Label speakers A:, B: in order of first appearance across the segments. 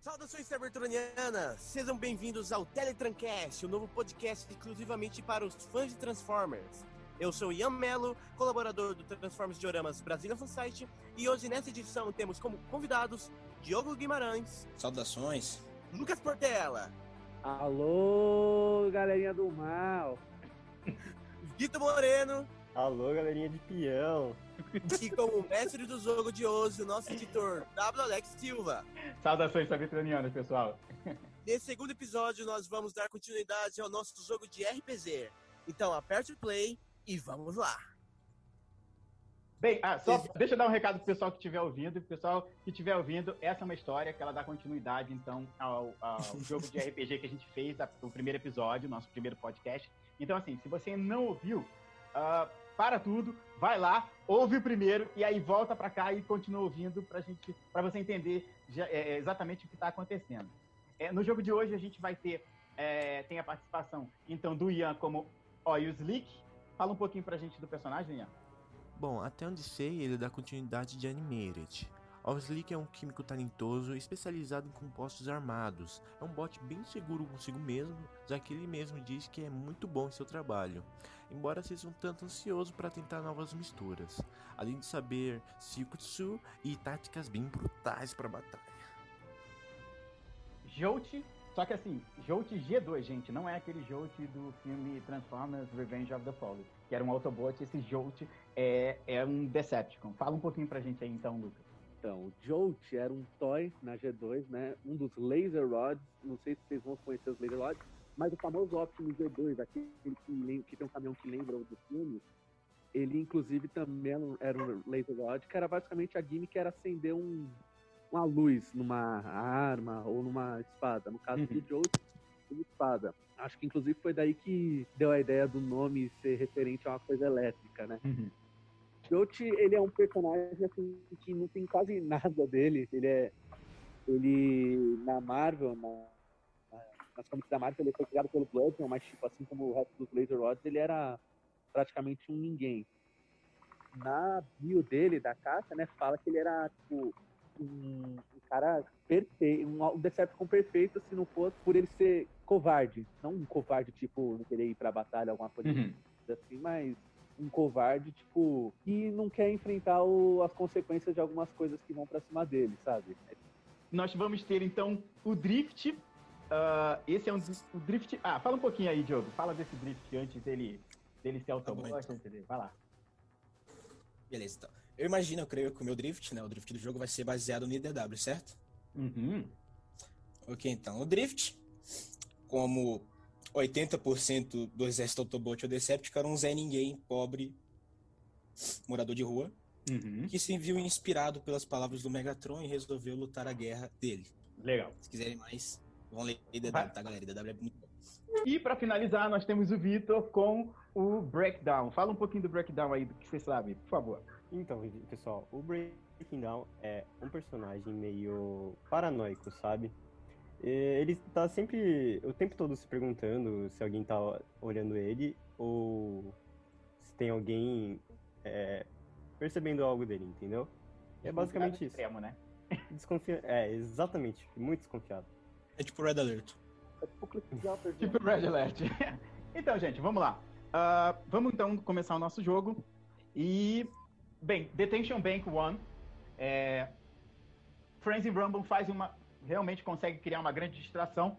A: Saudações Cybertronianas! Sejam bem-vindos ao Teletrancast, o novo podcast exclusivamente para os fãs de Transformers. Eu sou Ian Mello, colaborador do Transformers Dioramas Brasília Fansite, e hoje nessa edição temos como convidados Diogo Guimarães,
B: Saudações.
A: Lucas Portela,
C: Alô, galerinha do mal.
A: Vitor Moreno
D: Alô, galerinha de peão.
A: e como mestre do jogo de hoje, o nosso editor W. Alex Silva.
D: Saudações sabitronianas, pessoal.
A: Nesse segundo episódio, nós vamos dar continuidade ao nosso jogo de RPG. Então, aperte o play e vamos lá.
D: Bem, ah, só deixa eu dar um recado pro pessoal que estiver ouvindo. Pro pessoal que estiver ouvindo, essa é uma história que ela dá continuidade, então, ao, ao jogo de RPG que a gente fez, a- o primeiro episódio, nosso primeiro podcast. Então, assim, se você não ouviu, ah, para tudo, vai lá, ouve o primeiro e aí volta pra cá e continua ouvindo pra gente, para você entender já- é, exatamente o que tá acontecendo. É, no jogo de hoje a gente vai ter é, tem a participação então do Ian como Oil Slick. Fala um pouquinho pra gente do personagem, Ian.
E: Bom, até onde sei, ele dá continuidade de Animated. Auslick é um químico talentoso especializado em compostos armados. É um bot bem seguro consigo mesmo, já que ele mesmo diz que é muito bom em seu trabalho, embora seja um tanto ansioso para tentar novas misturas, além de saber Sikutsu e táticas bem brutais para batalha.
D: Jolt, só que assim, Jolt G2, gente, não é aquele Jolt do filme Transformers Revenge of the Fallen, que era um Autobot, esse Jolt é, é um Decepticon. Fala um pouquinho pra gente aí então, Lucas.
C: Então, o Jolt era um toy na G2, né? Um dos laser rods. Não sei se vocês vão conhecer os laser rods, mas o famoso Optimus G2, aquele que, lem- que tem um caminhão que lembra o do filme, ele inclusive também era um- era um laser rod, que era basicamente a gimmick era acender um- uma luz numa arma ou numa espada. No caso
D: Uhum.
C: do Jolt, uma espada. Acho que inclusive foi daí que deu a ideia do nome ser referente a uma coisa elétrica, né?
B: Uhum.
C: Jolt, ele é um personagem assim, que não tem quase nada dele. Ele é. Ele. Na Marvel, na, na- nas comics da Marvel, ele foi criado pelo Bloodman, mas tipo, assim como o resto dos Laser Rods, ele era praticamente um ninguém. Na bio dele, da caça, né, fala que ele era, tipo, um, um cara perfeito, um, um Decepticon perfeito se não fosse por ele ser covarde. Não um covarde, tipo, não querer ir pra batalha, alguma coisa assim, mas um covarde, tipo, que não quer enfrentar o- as consequências de algumas coisas que vão pra cima dele, sabe?
D: Nós vamos ter então o Drift. ah, esse é um dri- o Drift. Ah, fala um pouquinho aí, Diogo. Fala desse Drift antes dele, dele ser Autobot.
B: bom, então.
D: entendeu? Vai lá.
B: Beleza, então. Eu imagino, eu creio que o meu drift, né? O drift do jogo vai ser baseado no IDW, certo?
D: Uhum.
B: Ok, então. O drift, como 80% do exército Autobot ou Decepticon, era um Zé Ninguém, pobre, morador de rua,
D: Uhum.
B: que se viu inspirado pelas palavras do Megatron e resolveu lutar a guerra dele.
D: Legal.
B: Se quiserem mais, vão ler
D: Vai.
B: IDW, tá, galera? IDW é muito bom.
D: E pra finalizar, nós temos o Vitor com o Breakdown. Fala um pouquinho do Breakdown aí, do que você sabe, por favor.
F: Então, pessoal, o Breaking Down é um personagem meio paranoico, sabe? E Ele tá sempre, o tempo todo se perguntando se alguém tá olhando ele ou se tem alguém é, percebendo algo dele, entendeu? É basicamente isso.
D: Extremo, né?
F: Desconfia... É, exatamente. Muito desconfiado.
B: É tipo Red Alert.
C: É tipo o Cliff Jumper, né?
D: Tipo Red Alert. então, gente, vamos lá. Ah, vamos então começar o nosso jogo. E. Bem, Detention Bank One. É, Frenzy Rumble faz uma. Realmente consegue criar uma grande distração.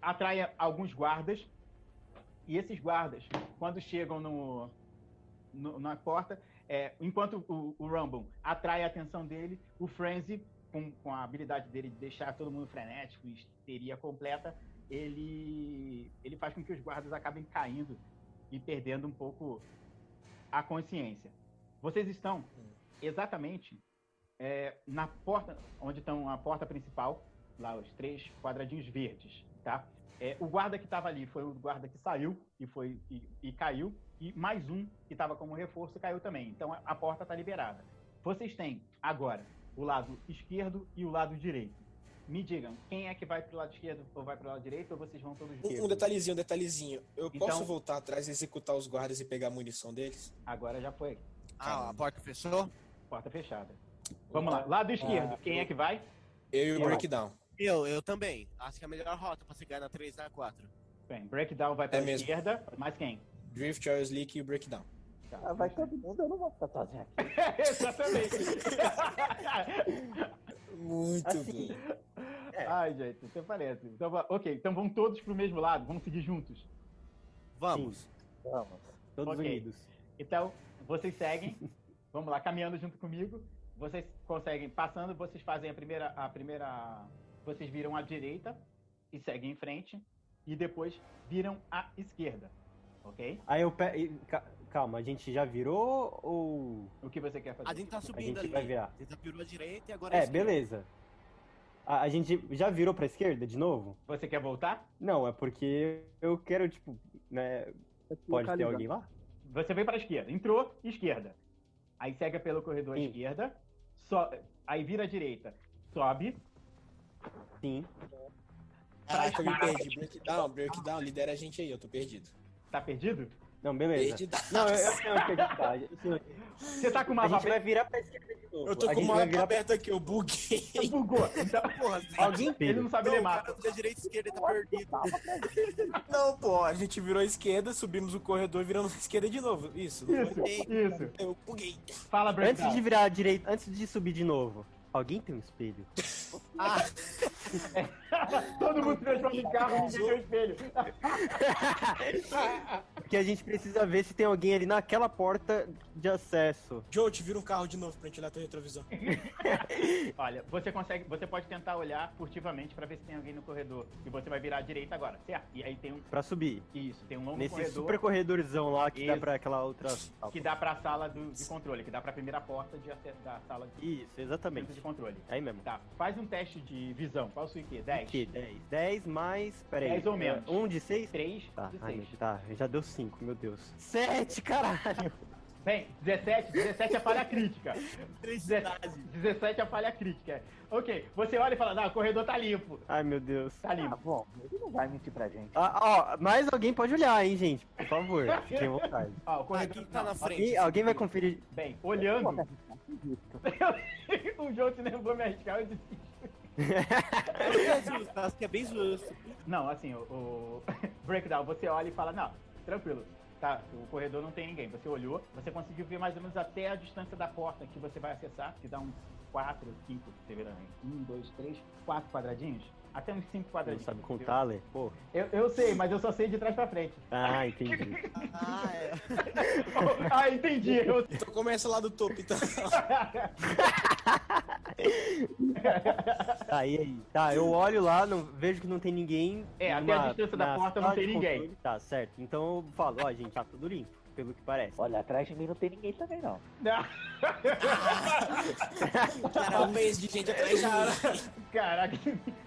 D: Atrai a- alguns guardas. E esses guardas, quando chegam no, no- na porta, é, enquanto o, o Rumble atrai a atenção dele, o Frenzy, com, com a habilidade dele de deixar todo mundo frenético, e histeria completa, ele ele faz com que os guardas acabem caindo e perdendo um pouco a consciência. Vocês estão exatamente é, na porta onde estão a porta principal, lá os três quadradinhos verdes, tá? É, o guarda que estava ali foi o guarda que saiu e foi e, e caiu e mais um que estava como reforço caiu também. Então a, a porta está liberada. Vocês têm agora o lado esquerdo e o lado direito. Me digam, quem é que vai pro lado esquerdo ou vai pro lado direito ou vocês vão todos
B: Um, um detalhezinho, um detalhezinho. Eu
D: Então-
B: posso voltar atrás e executar os guardas e pegar a munição deles?
D: Agora já foi.
B: Caramba.
G: Ah, a porta fechou?
D: Porta fechada. Vamos lá, lado esquerdo, quem é que vai?
B: Eu e o
D: Vai.
B: Breakdown.
A: Eu, eu também. Acho que é a melhor rota pra se ganhar na 3 na 4.
D: Bem, Breakdown vai pra
B: É mesmo.
D: esquerda, mas quem?
B: Drift, Oil Slick e Breakdown.
D: Tá,
G: Ah, vai todo mundo, eu não vou ficar sozinho aqui.
D: É, Exatamente.
B: Muito
F: Assim,
B: bom.
D: Ai, gente, até parece. Então, va- ok, então vamos todos pro mesmo lado, vamos seguir juntos.
A: Vamos.
F: Sim,
G: Vamos.
F: todos
D: Ok.
F: unidos.
D: Então, vocês seguem, vamos lá, caminhando junto comigo. Vocês conseguem, passando, vocês fazem a primeira. A primeira vocês viram à direita e seguem em frente. E depois viram à esquerda. Ok?
F: Aí eu pe... e, ca- Calma, a gente já virou ou
D: O que você quer fazer?
A: A gente tá
F: a
A: subindo
F: gente
A: ali.
F: vai virar?
A: A gente virou à direita e agora à
F: É,
A: esquerda.
F: beleza. A, a gente já virou pra esquerda de novo?
D: Você quer voltar?
F: Não, é porque eu quero, tipo, né,
C: Pra se É
F: pode ter
C: tipo localizar.
F: alguém lá?
D: Você veio para a esquerda, entrou, esquerda. Aí segue pelo corredor à
F: Sim.
D: esquerda, so- aí vira à direita, sobe,
F: Sim.
B: Caraca, eu me perdi. Breakdown, Breakdown, lidera a gente aí, eu tô perdido.
D: tá perdido?
F: Não, beleza.
B: Perdido.
F: Não, eu, eu tenho que acreditar. A gente,
D: Você tá com uma
F: a gente
D: mapa.
F: vai virar pra esquerda de novo.
B: Eu tô
F: a
B: com o
F: gente vai
B: mapa
F: virar pra...
B: aberto aqui, eu buguei.
D: Bugou. Então,
A: Porra, Zé.
F: Alguém
D: ele não sabe ler
A: Não, o
D: mapa.
A: cara da direita e esquerda tá perdido.
B: Não, pô, a gente virou à esquerda, subimos o corredor, viramos à esquerda de novo. Isso. não foi?
D: Isso, isso.
B: Eu buguei.
D: Fala, Brandon.
F: Antes de virar à direita, antes de subir de novo, alguém tem um espelho?
D: Todo mundo se transforma em carro e liga o espelho.
F: Porque a gente precisa ver se tem alguém ali naquela porta de acesso.
B: Joe, te vira um carro de novo pra gente olhar teu retrovisor.
D: Olha, você consegue, você pode tentar olhar furtivamente pra ver se tem alguém no corredor. E você vai virar à direita agora, certo? E aí tem um.
F: Pra subir.
D: Isso, tem um longo
F: Nesse
D: corredor
F: super corredorzão lá que dá
D: Isso.
F: pra aquela outra.
D: que dá pra sala do- de controle, que dá pra primeira porta de acesso da sala de,
F: Isso,
D: centro
F: exatamente.
D: de controle.
F: Aí mesmo.
D: Tá, faz um teste de visão. Qual o seu IQ? 10?
F: Aqui, 10. 10 mais. Peraí.
D: 10 ou menos.
F: Um de 6?
D: 3
F: Tá,
D: de
F: ai,
D: 6.
F: meu- tá, já deu 5, meu Deus. 7, caralho!
D: Bem, 17, 17 é falha crítica. 17 é falha crítica. Ok, você olha e fala, não, o corredor tá limpo.
F: Ai, meu Deus.
D: Tá
G: Ah,
D: limpo.
G: bom, ele não vai mentir pra gente.
F: Ah, ó, mais alguém pode olhar, hein, gente? Por favor, fiquem à vontade.
D: Ó, o
A: Ah,
D: corredor
A: quem tá na frente?
F: Alguém, alguém vai conferir.
D: Bem, olhando, o jogo se nervou me arriscar. Eu disse...
A: É justo, acho que é bem justo.
D: Não, assim, o, o breakdown, você olha e fala, não, tranquilo. Tá, o corredor não tem ninguém. Você olhou, você conseguiu ver mais ou menos até a distância da porta que você vai acessar, que dá uns 4, 5, você vê, né? um, dois, três, quatro quadradinhos. Até uns cinco
F: Não
D: quadradinhos.
F: sabe contar, Lê? Pô.
D: Eu, eu sei, mas eu só sei de trás pra frente.
F: Ah, entendi.
A: Ah, é.
D: ah, entendi. Eu...
B: Então começa lá do topo, então.
F: Tá, e aí? Tá, eu olho lá, não, vejo que não tem ninguém.
D: É, até a distância da
F: na
D: porta não
F: sala
D: tem
F: de
D: ninguém.
F: controle. Tá, certo. Então eu falo, ó, gente, tá tudo limpo, pelo que parece.
G: Olha, atrás de mim não tem ninguém também, não.
B: Cara, um mês de gente atrás de mim.
D: Caraca.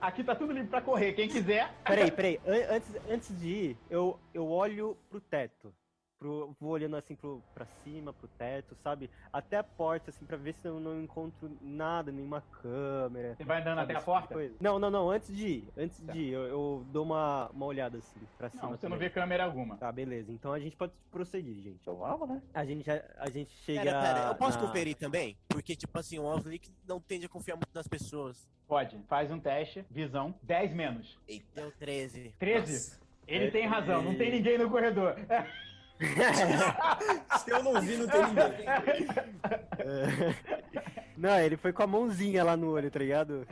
D: Aqui tá tudo livre pra correr. Quem quiser,
F: Peraí, peraí. an- Antes, antes de ir, eu, eu olho pro teto. Pro, vou olhando assim pro, pra cima, pro teto, sabe? Até a porta, assim, pra ver se eu não encontro nada, nenhuma câmera.
D: você vai andando até
F: Sabe,
D: a
F: esse tipo de
D: porta?
F: coisa. Não, não, não. Antes de ir, antes
D: Tá.
F: de ir, eu, eu dou uma, uma olhada assim pra cima.
D: Não, você não
F: também.
D: vê câmera alguma.
F: Tá, beleza. Então a gente pode prosseguir, gente.
G: Então vamos, né?
F: A gente, já- a gente chega.
A: Pera, pera, eu posso
F: na-
A: conferir também? Porque, tipo assim, o Oslick não tende a confiar muito nas pessoas.
D: Pode. Faz um teste. Visão. 10 menos.
A: Deu 13.
D: 13? Ele
F: É,
D: tem razão. Não
F: e-
D: tem ninguém no corredor. É,
B: Se eu não vi, não tem ninguém.
F: É. não, ele foi com a mãozinha lá no olho, tá ligado?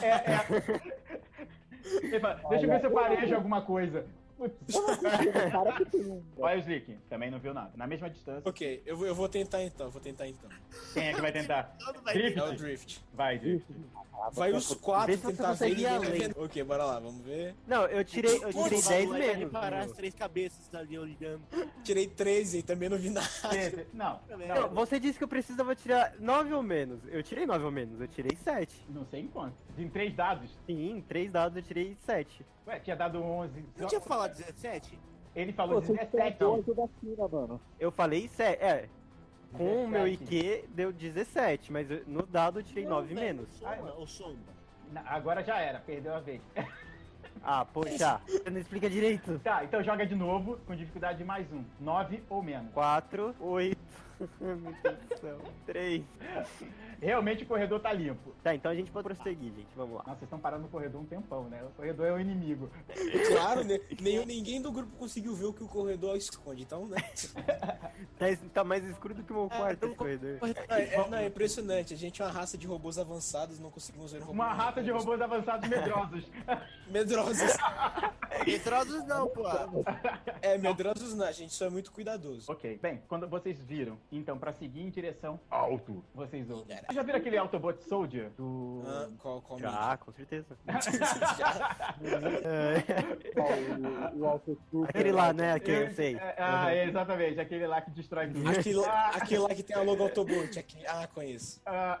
D: É, é. Ele fala, Deixa eu ver se eu parejo alguma coisa. Putz.
C: Eu não sei, tem um cara que tem um-
D: Olha o Slick. Também não viu nada. Na mesma distância.
B: Ok, eu vou, eu vou tentar então, eu vou tentar então.
D: Quem é que vai tentar?
A: Todo vai
D: Drift.
B: É o Drift.
D: Vai, Drift.
B: Vai os quatro
F: Vê se você
B: tentar ver.
F: consegue ir
B: ninguém vai
F: além.
B: ver. Ok, bora lá, vamos ver.
F: Não, eu tirei, eu
B: Putz,
F: tirei 10
A: vai
F: menos.
A: reparar as
F: meu.
A: três cabeças ali olhando.
B: Tirei 13 e também não vi nada.
D: 13. Não,
A: é
F: Não,
D: não.
F: você disse que eu precisava tirar 9 ou menos. Eu tirei 9 ou menos, eu tirei 7.
D: Não sei em quanto. Em três dados.
F: Sim, em 3 dados eu tirei 7.
D: Ué, tinha dado 11.
A: Não tinha falado 17?
D: Ele
C: Pô,
D: falou
C: você
G: é
C: tem
D: 17.
C: a voz da China, mano.
F: Eu falei 7, é.
A: um,
F: Com o meu
D: 17.
F: IQ deu 17, mas eu- no dado eu tirei
A: Não,
F: 9
A: velho,
F: menos.
A: Soma,
D: Ah,
A: ou soma.
D: Na- Agora já era, perdeu a vez.
F: Ah, poxa, você não explica direito.
D: Tá, então joga de novo com dificuldade de mais um. 9 ou menos.
F: 4, 8. Meu Deus do céu. Três.
D: Realmente o corredor tá limpo.
F: Tá, então a gente pode prosseguir, gente. Vamos lá.
D: Nossa, vocês estão parando no corredor um tempão, né? O corredor é o inimigo.
B: Claro, né? Nenhum, ninguém do grupo conseguiu ver o que o corredor esconde, então, né?
F: Tá, es- tá mais escuro do que o
D: então
F: meu quarto
A: não
F: esse corredor.
B: É, é- não, é impressionante. A gente é uma raça de robôs avançados, não conseguimos ver robôs.
D: Uma raça de robôs avançados medrosos.
B: Medrosos.
A: Petrosos não, pô.
B: É, medrosos não, a gente só é muito cuidadoso.
D: ok, bem, quando vocês viram, então, pra seguir em direção alto, vocês ouvem. Vocês já viram aquele Autobot Soldier do.
B: Ah, qual, qual
F: Já, com certeza.
B: Já.
C: Ó, o, o Alpha Trooper.
F: Aquele lá, né? Aquele, eu
D: É,
F: sei.
D: é, ah,
F: Uhum.
D: é, exatamente, aquele lá que destrói tudo.
B: Aquele, lá-
D: Ah,
B: aquele lá que tem a logo Autobot. Aquele, ah, conheço.
D: ah,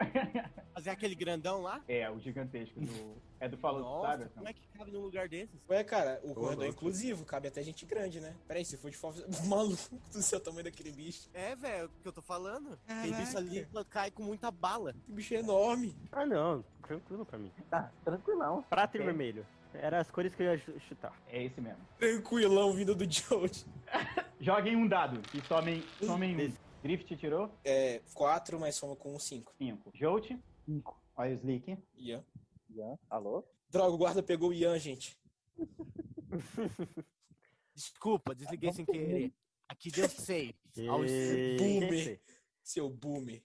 A: Fazer aquele grandão lá?
D: é, o gigantesco do. É do Falando
A: Nossa,
D: Saga.
A: como é que cabe num lugar desses?
B: Ué, cara, o corredor
E: louco.
B: é inclusivo, cabe até gente grande, né? Peraí, se for de fofo, maluco do seu tamanho daquele bicho.
A: É, velho, o que eu tô falando. Tem
B: Caraca.
A: bicho ali que cai com muita bala.
B: Que bicho enorme.
F: Ah, não. Tranquilo pra mim.
G: Tá, tranquilão.
F: Prata e
D: É.
F: vermelho. Eram as cores que eu ia chu- chutar.
D: É esse mesmo.
B: Tranquilão vindo do Jones.
D: Joguem um dado e tomem, tomem um.
F: Desse.
D: Drift tirou
B: É, 4 mais soma com um 5.
D: 5. Jolt,
G: Cinco.
D: olha o Slick.
B: Ian.
G: Ian, alô?
B: Droga, o guarda pegou o Ian, gente.
A: Desculpa, desliguei sem querer. Aqui deu seis. Ao
F: E-
B: Boomer. Seu boomer.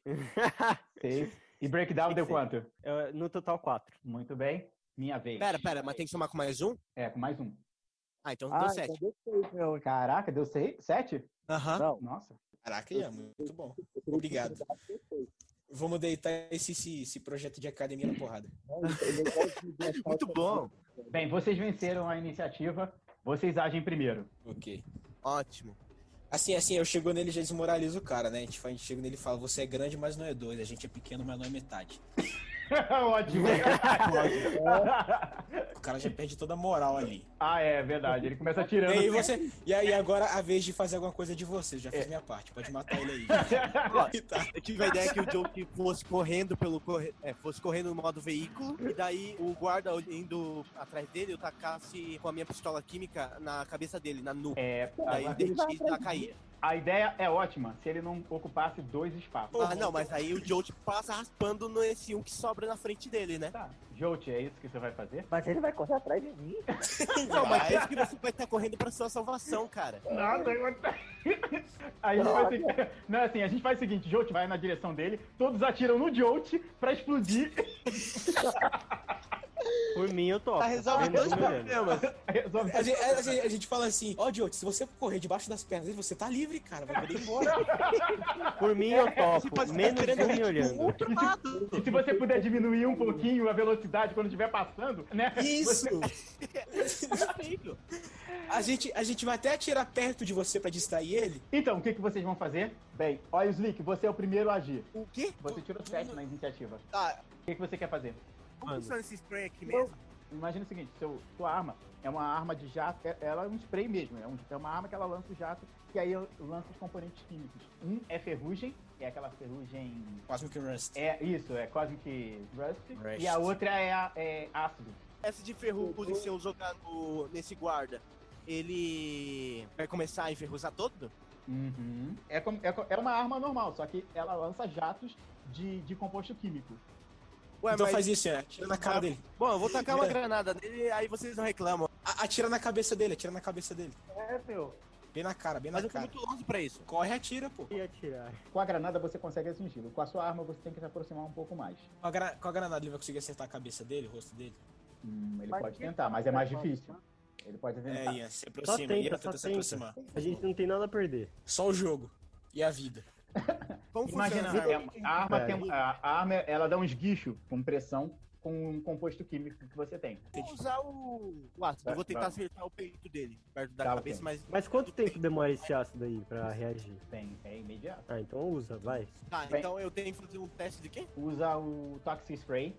D: 6. E Breakdown deu
F: Sim.
D: quanto?
F: Eh, no total, quatro.
D: Muito bem. Minha vez.
A: Pera, pera, mas tem que somar com mais um?
D: É, com mais um.
A: Ah, então
G: ah,
A: deu
G: então
A: sete.
G: deu seis, meu.
D: Caraca, deu seis, sete?
F: então.
A: Aham.
G: Não,
D: Nossa.
B: Caraca, Ian, muito bom. Obrigado. Vamos deitar esse, esse, esse projeto de academia na porrada.
E: Muito bom.
D: Bem, vocês venceram a iniciativa. Vocês agem primeiro.
B: Ok.
A: Ótimo.
B: Assim, assim, eu chego nele e já desmoralizo o cara, né? A gente, fa- a gente chega nele e fala, você é grande, mas não é dois. A gente é pequeno, mas não é metade.
D: Ótimo.
B: O cara já perde toda a moral ali.
D: ah, é verdade. Ele começa
B: E
D: tirando.
B: aí, você... e aí agora, a vez de fazer alguma coisa de você, eu já fiz minha parte. Pode matar ele aí. E tá.
A: Eu tive a ideia que o Joke fosse correndo pelo corre... é, fosse correndo no modo veículo, e daí o guarda indo atrás dele, eu tacasse com a minha pistola química na cabeça dele, na nuca.
D: É,
A: Daí
D: a,
A: derretia e ela caía.
D: a ideia é ótima se ele não ocupasse dois espaços.
A: Ah, não, mas aí o Jolt passa raspando nesse um que sobra na frente dele, né?
D: Tá. Jolt, é isso que você vai fazer?
G: mas ele vai correr atrás de mim.
A: Não, mas pensa que você vai estar correndo pra sua salvação, cara.
D: Nada, a gente vai seguir... Não, assim, a gente faz o seguinte: Jolt vai na direção dele, todos atiram no Jolt pra explodir.
F: Por mim, eu topo.
A: Tá resolve
F: Menos
A: dois
F: um, melhor.
A: problemas.
D: Resolve
B: A gente, a gente- a gente fala assim, ó, Diogo, se você correr debaixo das pernas dele, você tá livre, cara. Vai poder ir embora.
F: Por mim, eu topo.
A: pode ficar
F: Menos
A: esperando
F: um me olhando.
A: Outro lado.
D: E se você puder diminuir um pouquinho a velocidade quando estiver passando, né?
B: Isso!
A: Perfeito.
B: A gente, a gente vai até atirar perto de você pra distrair ele.
D: Então, o que, que vocês vão fazer? Bem, olha, Slick, você é o primeiro a agir.
A: O quê?
D: Você tirou 7 na iniciativa.
A: Tá,
D: O que, que você quer fazer?
A: como funciona esse spray aqui mesmo?
D: Imagina o seguinte, seu, sua arma é uma arma de jato, é- ela é um spray mesmo, é, um- é uma arma que ela lança o jato e aí lança os componentes químicos. Um é ferrugem, é aquela ferrugem...
B: Quase um que Rust.
D: É isso, é Cosmic Rust.
B: Rust.
D: E a outra é, a- é ácido.
A: Essa de ferrugem, se eu jogar no, nesse guarda, ele vai começar a enferrujar todo?
D: É, como- é co- é uma arma normal, só que ela lança jatos de- de composto químico.
A: Ué,
B: então
A: mas...
B: faz isso, né? Atira na cara dele.
A: Bom, eu vou tacar uma granada nele, aí vocês não reclamam.
B: A- atira na cabeça dele, atira na cabeça dele.
D: É, meu.
B: Bem na cara, bem
A: Mas
B: na
A: eu tô
B: cara.
A: muito longe pra isso.
B: Corre e atira, pô.
F: Ia atirar.
D: Com a granada você consegue atingi-lo. Com a sua arma você tem que se aproximar um pouco mais.
B: Com a, gra- com a granada ele vai conseguir acertar a cabeça dele, o rosto dele?
D: Hum, ele
G: Mas
D: pode
G: que-
D: tentar, mas é mais difícil. Ele pode
B: É,
D: tentar.
B: Ian, se aproxima.
F: tenta,
B: Ian,
F: só
B: tenta se
F: tenta.
B: aproximar.
F: A gente não tem nada a perder.
B: Só o jogo. E a vida.
A: Como
D: Imagina,
A: funciona?
D: é, a, arma
F: Cara.
D: tem, a, a arma ela dá um esguicho com pressão com um composto químico que você tem.
A: Eu vou usar o, o ácido. Eu vou tentar
D: Tá.
A: acertar o peito dele, perto da
D: Tá,
A: cabeça,
D: ok.
A: mas.
F: Mas quanto tempo demora esse ácido aí pra reagir?
D: Tem, é imediato.
F: Ah, então usa, vai.
A: Tá,
D: Bem.
A: então eu tenho que fazer um teste de quê?
D: Usa o Toxic Spray.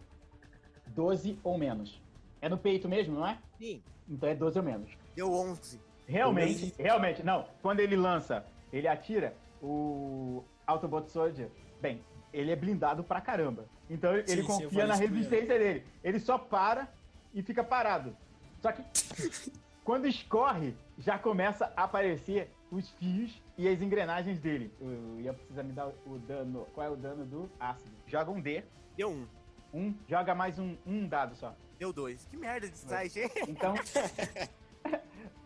D: 12 ou menos. É no peito mesmo, não é?
A: Sim.
D: Então é 12 ou menos.
A: Deu 11.
D: Realmente, realmente. Não, quando ele lança, ele atira o Autobot Soldier. Bem, ele é blindado pra caramba. Então ele
B: Sim, sim, eu
D: confia
B: falei
D: na
B: isso primeiro.
D: resistência dele. Ele só para e fica parado. Só que quando escorre, já começa a aparecer os fios e as engrenagens dele. Eu ia precisar me dar o dano. Qual é o dano do ácido? Joga um D.
A: Deu um.
D: Um. Joga mais um, um dado só.
A: Deu dois. Que merda de site, hein?
D: Então.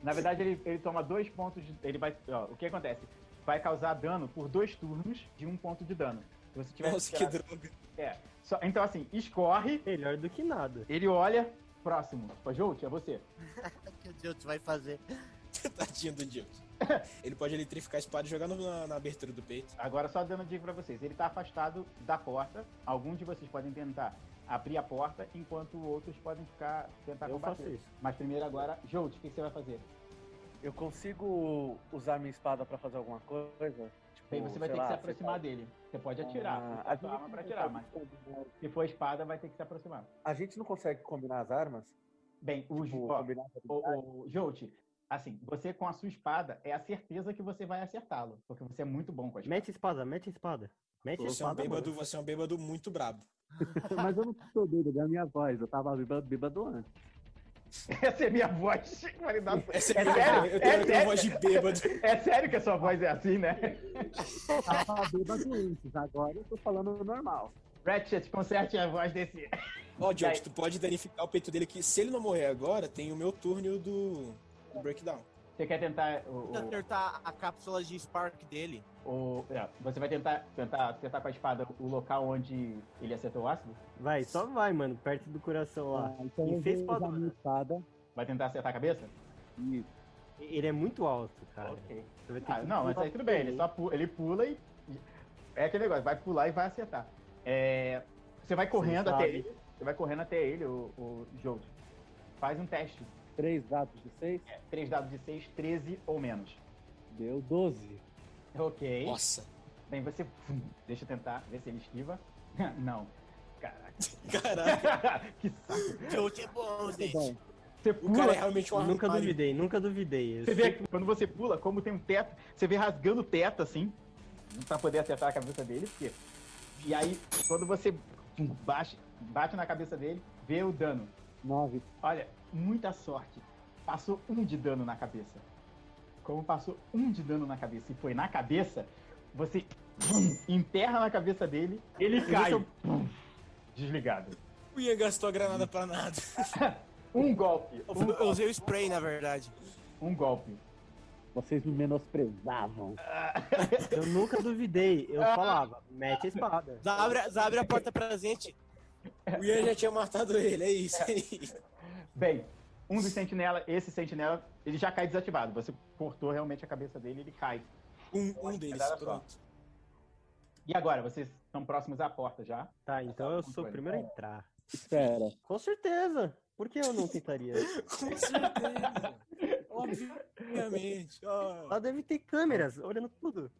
D: na verdade, ele, ele toma dois pontos. De, ele vai. ó, o que acontece? Vai causar dano por dois turnos de um ponto de dano. Se você tiver
B: Nossa, que droga.
D: só- então, assim, escorre,
F: Melhor do que nada.
D: ele olha. Próximo. Pajout, é você.
A: O que o Jout vai fazer?
B: Tadinho do Diego. Ele pode eletrificar a espada e jogar no- na, na abertura do peito.
D: Agora, só dando dica pra vocês. Ele tá afastado da porta. Alguns de vocês podem tentar abrir a porta, enquanto outros podem ficar tentar
F: Eu
D: combater.
F: faço isso.
D: Mas primeiro agora, Jout, o que que você vai fazer?
G: Eu consigo usar minha espada pra fazer alguma coisa? Tipo,
D: Bem, você vai
G: sei
D: ter
G: lá,
D: que se
G: você
D: aproximar
G: tá-
D: dele. Você pode atirar. você
G: Ah,
D: tem a sua arma pra atirar, mas se for espada, vai ter que se aproximar.
G: A gente não consegue combinar as armas?
D: Bem, o,
G: Tipo,
D: ó,
G: combinar as
D: o,
G: habilidades?
D: o- Jout, assim, você com a sua espada é a certeza que você vai acertá-lo. Porque você é muito bom com a espada.
F: Mete a espada, mete a espada. Mete a
B: Você é um
F: espada. mano.
B: bêbado, você é um bêbado muito brabo.
C: Mas eu não tô doido, é a minha voz. Eu tava bêbado, bêbado antes.
D: Essa é minha voz. Qualidade-
B: Essa
D: É
B: minha
D: sério?
B: voz. Eu
D: É
B: tenho, eu tenho
D: sério?
B: voz de bêbado.
D: É sério que a sua voz é assim, né?
C: Eu tava bêbado antes, agora eu tô falando normal.
D: Ratchet, conserte a voz desse.
B: Ó,
D: E aí?
B: George, tu pode danificar o peito dele aqui. Se ele não morrer agora, tem o meu turno e o do, do breakdown.
D: Você quer tentar o.
A: Tenta acertar a cápsula de Spark dele.
D: o- o- é, você vai tentar, tentar acertar com a espada o local onde ele acertou o ácido?
F: Vai, só vai, mano. Perto do coração lá.
C: então
F: e
C: eu
F: fez
C: vou usar
F: padrão,
C: minha
F: né?
C: espada.
D: Vai tentar acertar a cabeça?
C: E
F: E- Ele é muito alto, cara.
D: Ok.
F: Você vai ter
D: Ah,
F: que
D: não, mas
F: pular
D: aí tudo bem, ele só pu- ele pula e. É aquele negócio, vai pular e vai acertar. É, Você vai correndo
F: sabe.
D: até ele. Você vai correndo até ele, o, o Jout. Faz um teste.
C: três dados de seis,
D: Três dados de 6, 13 ou menos.
C: deu 12.
D: Ok.
B: Nossa.
D: Bem, você. Deixa eu tentar ver se ele esquiva. não. Caraca.
B: Caraca,
D: que saco.
A: Jout é bom,
C: Muito
A: gente.
C: bom.
D: Você
B: o cara
D: pula.
B: é realmente um
F: Eu Nunca
B: armário.
F: duvidei, nunca duvidei.
D: Você vê que quando você pula, como tem um teto, você vê rasgando o teto assim, pra poder acertar a cabeça dele, porque. E aí, quando você pum, bate, bate na cabeça dele, vê o dano.
C: Nove.
D: Olha, muita sorte. Passou um de dano na cabeça. Como passou um de dano na cabeça e foi na cabeça, você pum, enterra na cabeça dele, ele cai. um pum, desligado.
B: O Ian gastou a granada pra nada.
D: Um golpe.
A: Eu,
D: Um
A: eu
D: golpe.
A: usei o spray, na verdade.
D: Um golpe.
C: Vocês me menosprezavam.
F: Eu nunca duvidei. Eu falava, mete a espada.
A: Zabre, abre a porta pra gente.
B: O Ian já tinha matado ele, é isso aí.
D: Bem, um dos sentinela, esse sentinela, ele já cai desativado. Você cortou realmente a cabeça dele, ele cai.
B: Um, um deles,
D: Olha só.
B: pronto.
D: E agora, vocês estão próximos à porta já?
F: Tá, então eu sou o primeiro a entrar.
C: Espera.
F: Com certeza. Por que eu não tentaria?
B: Com certeza. Obviamente. ó.
F: Lá deve ter câmeras olhando tudo.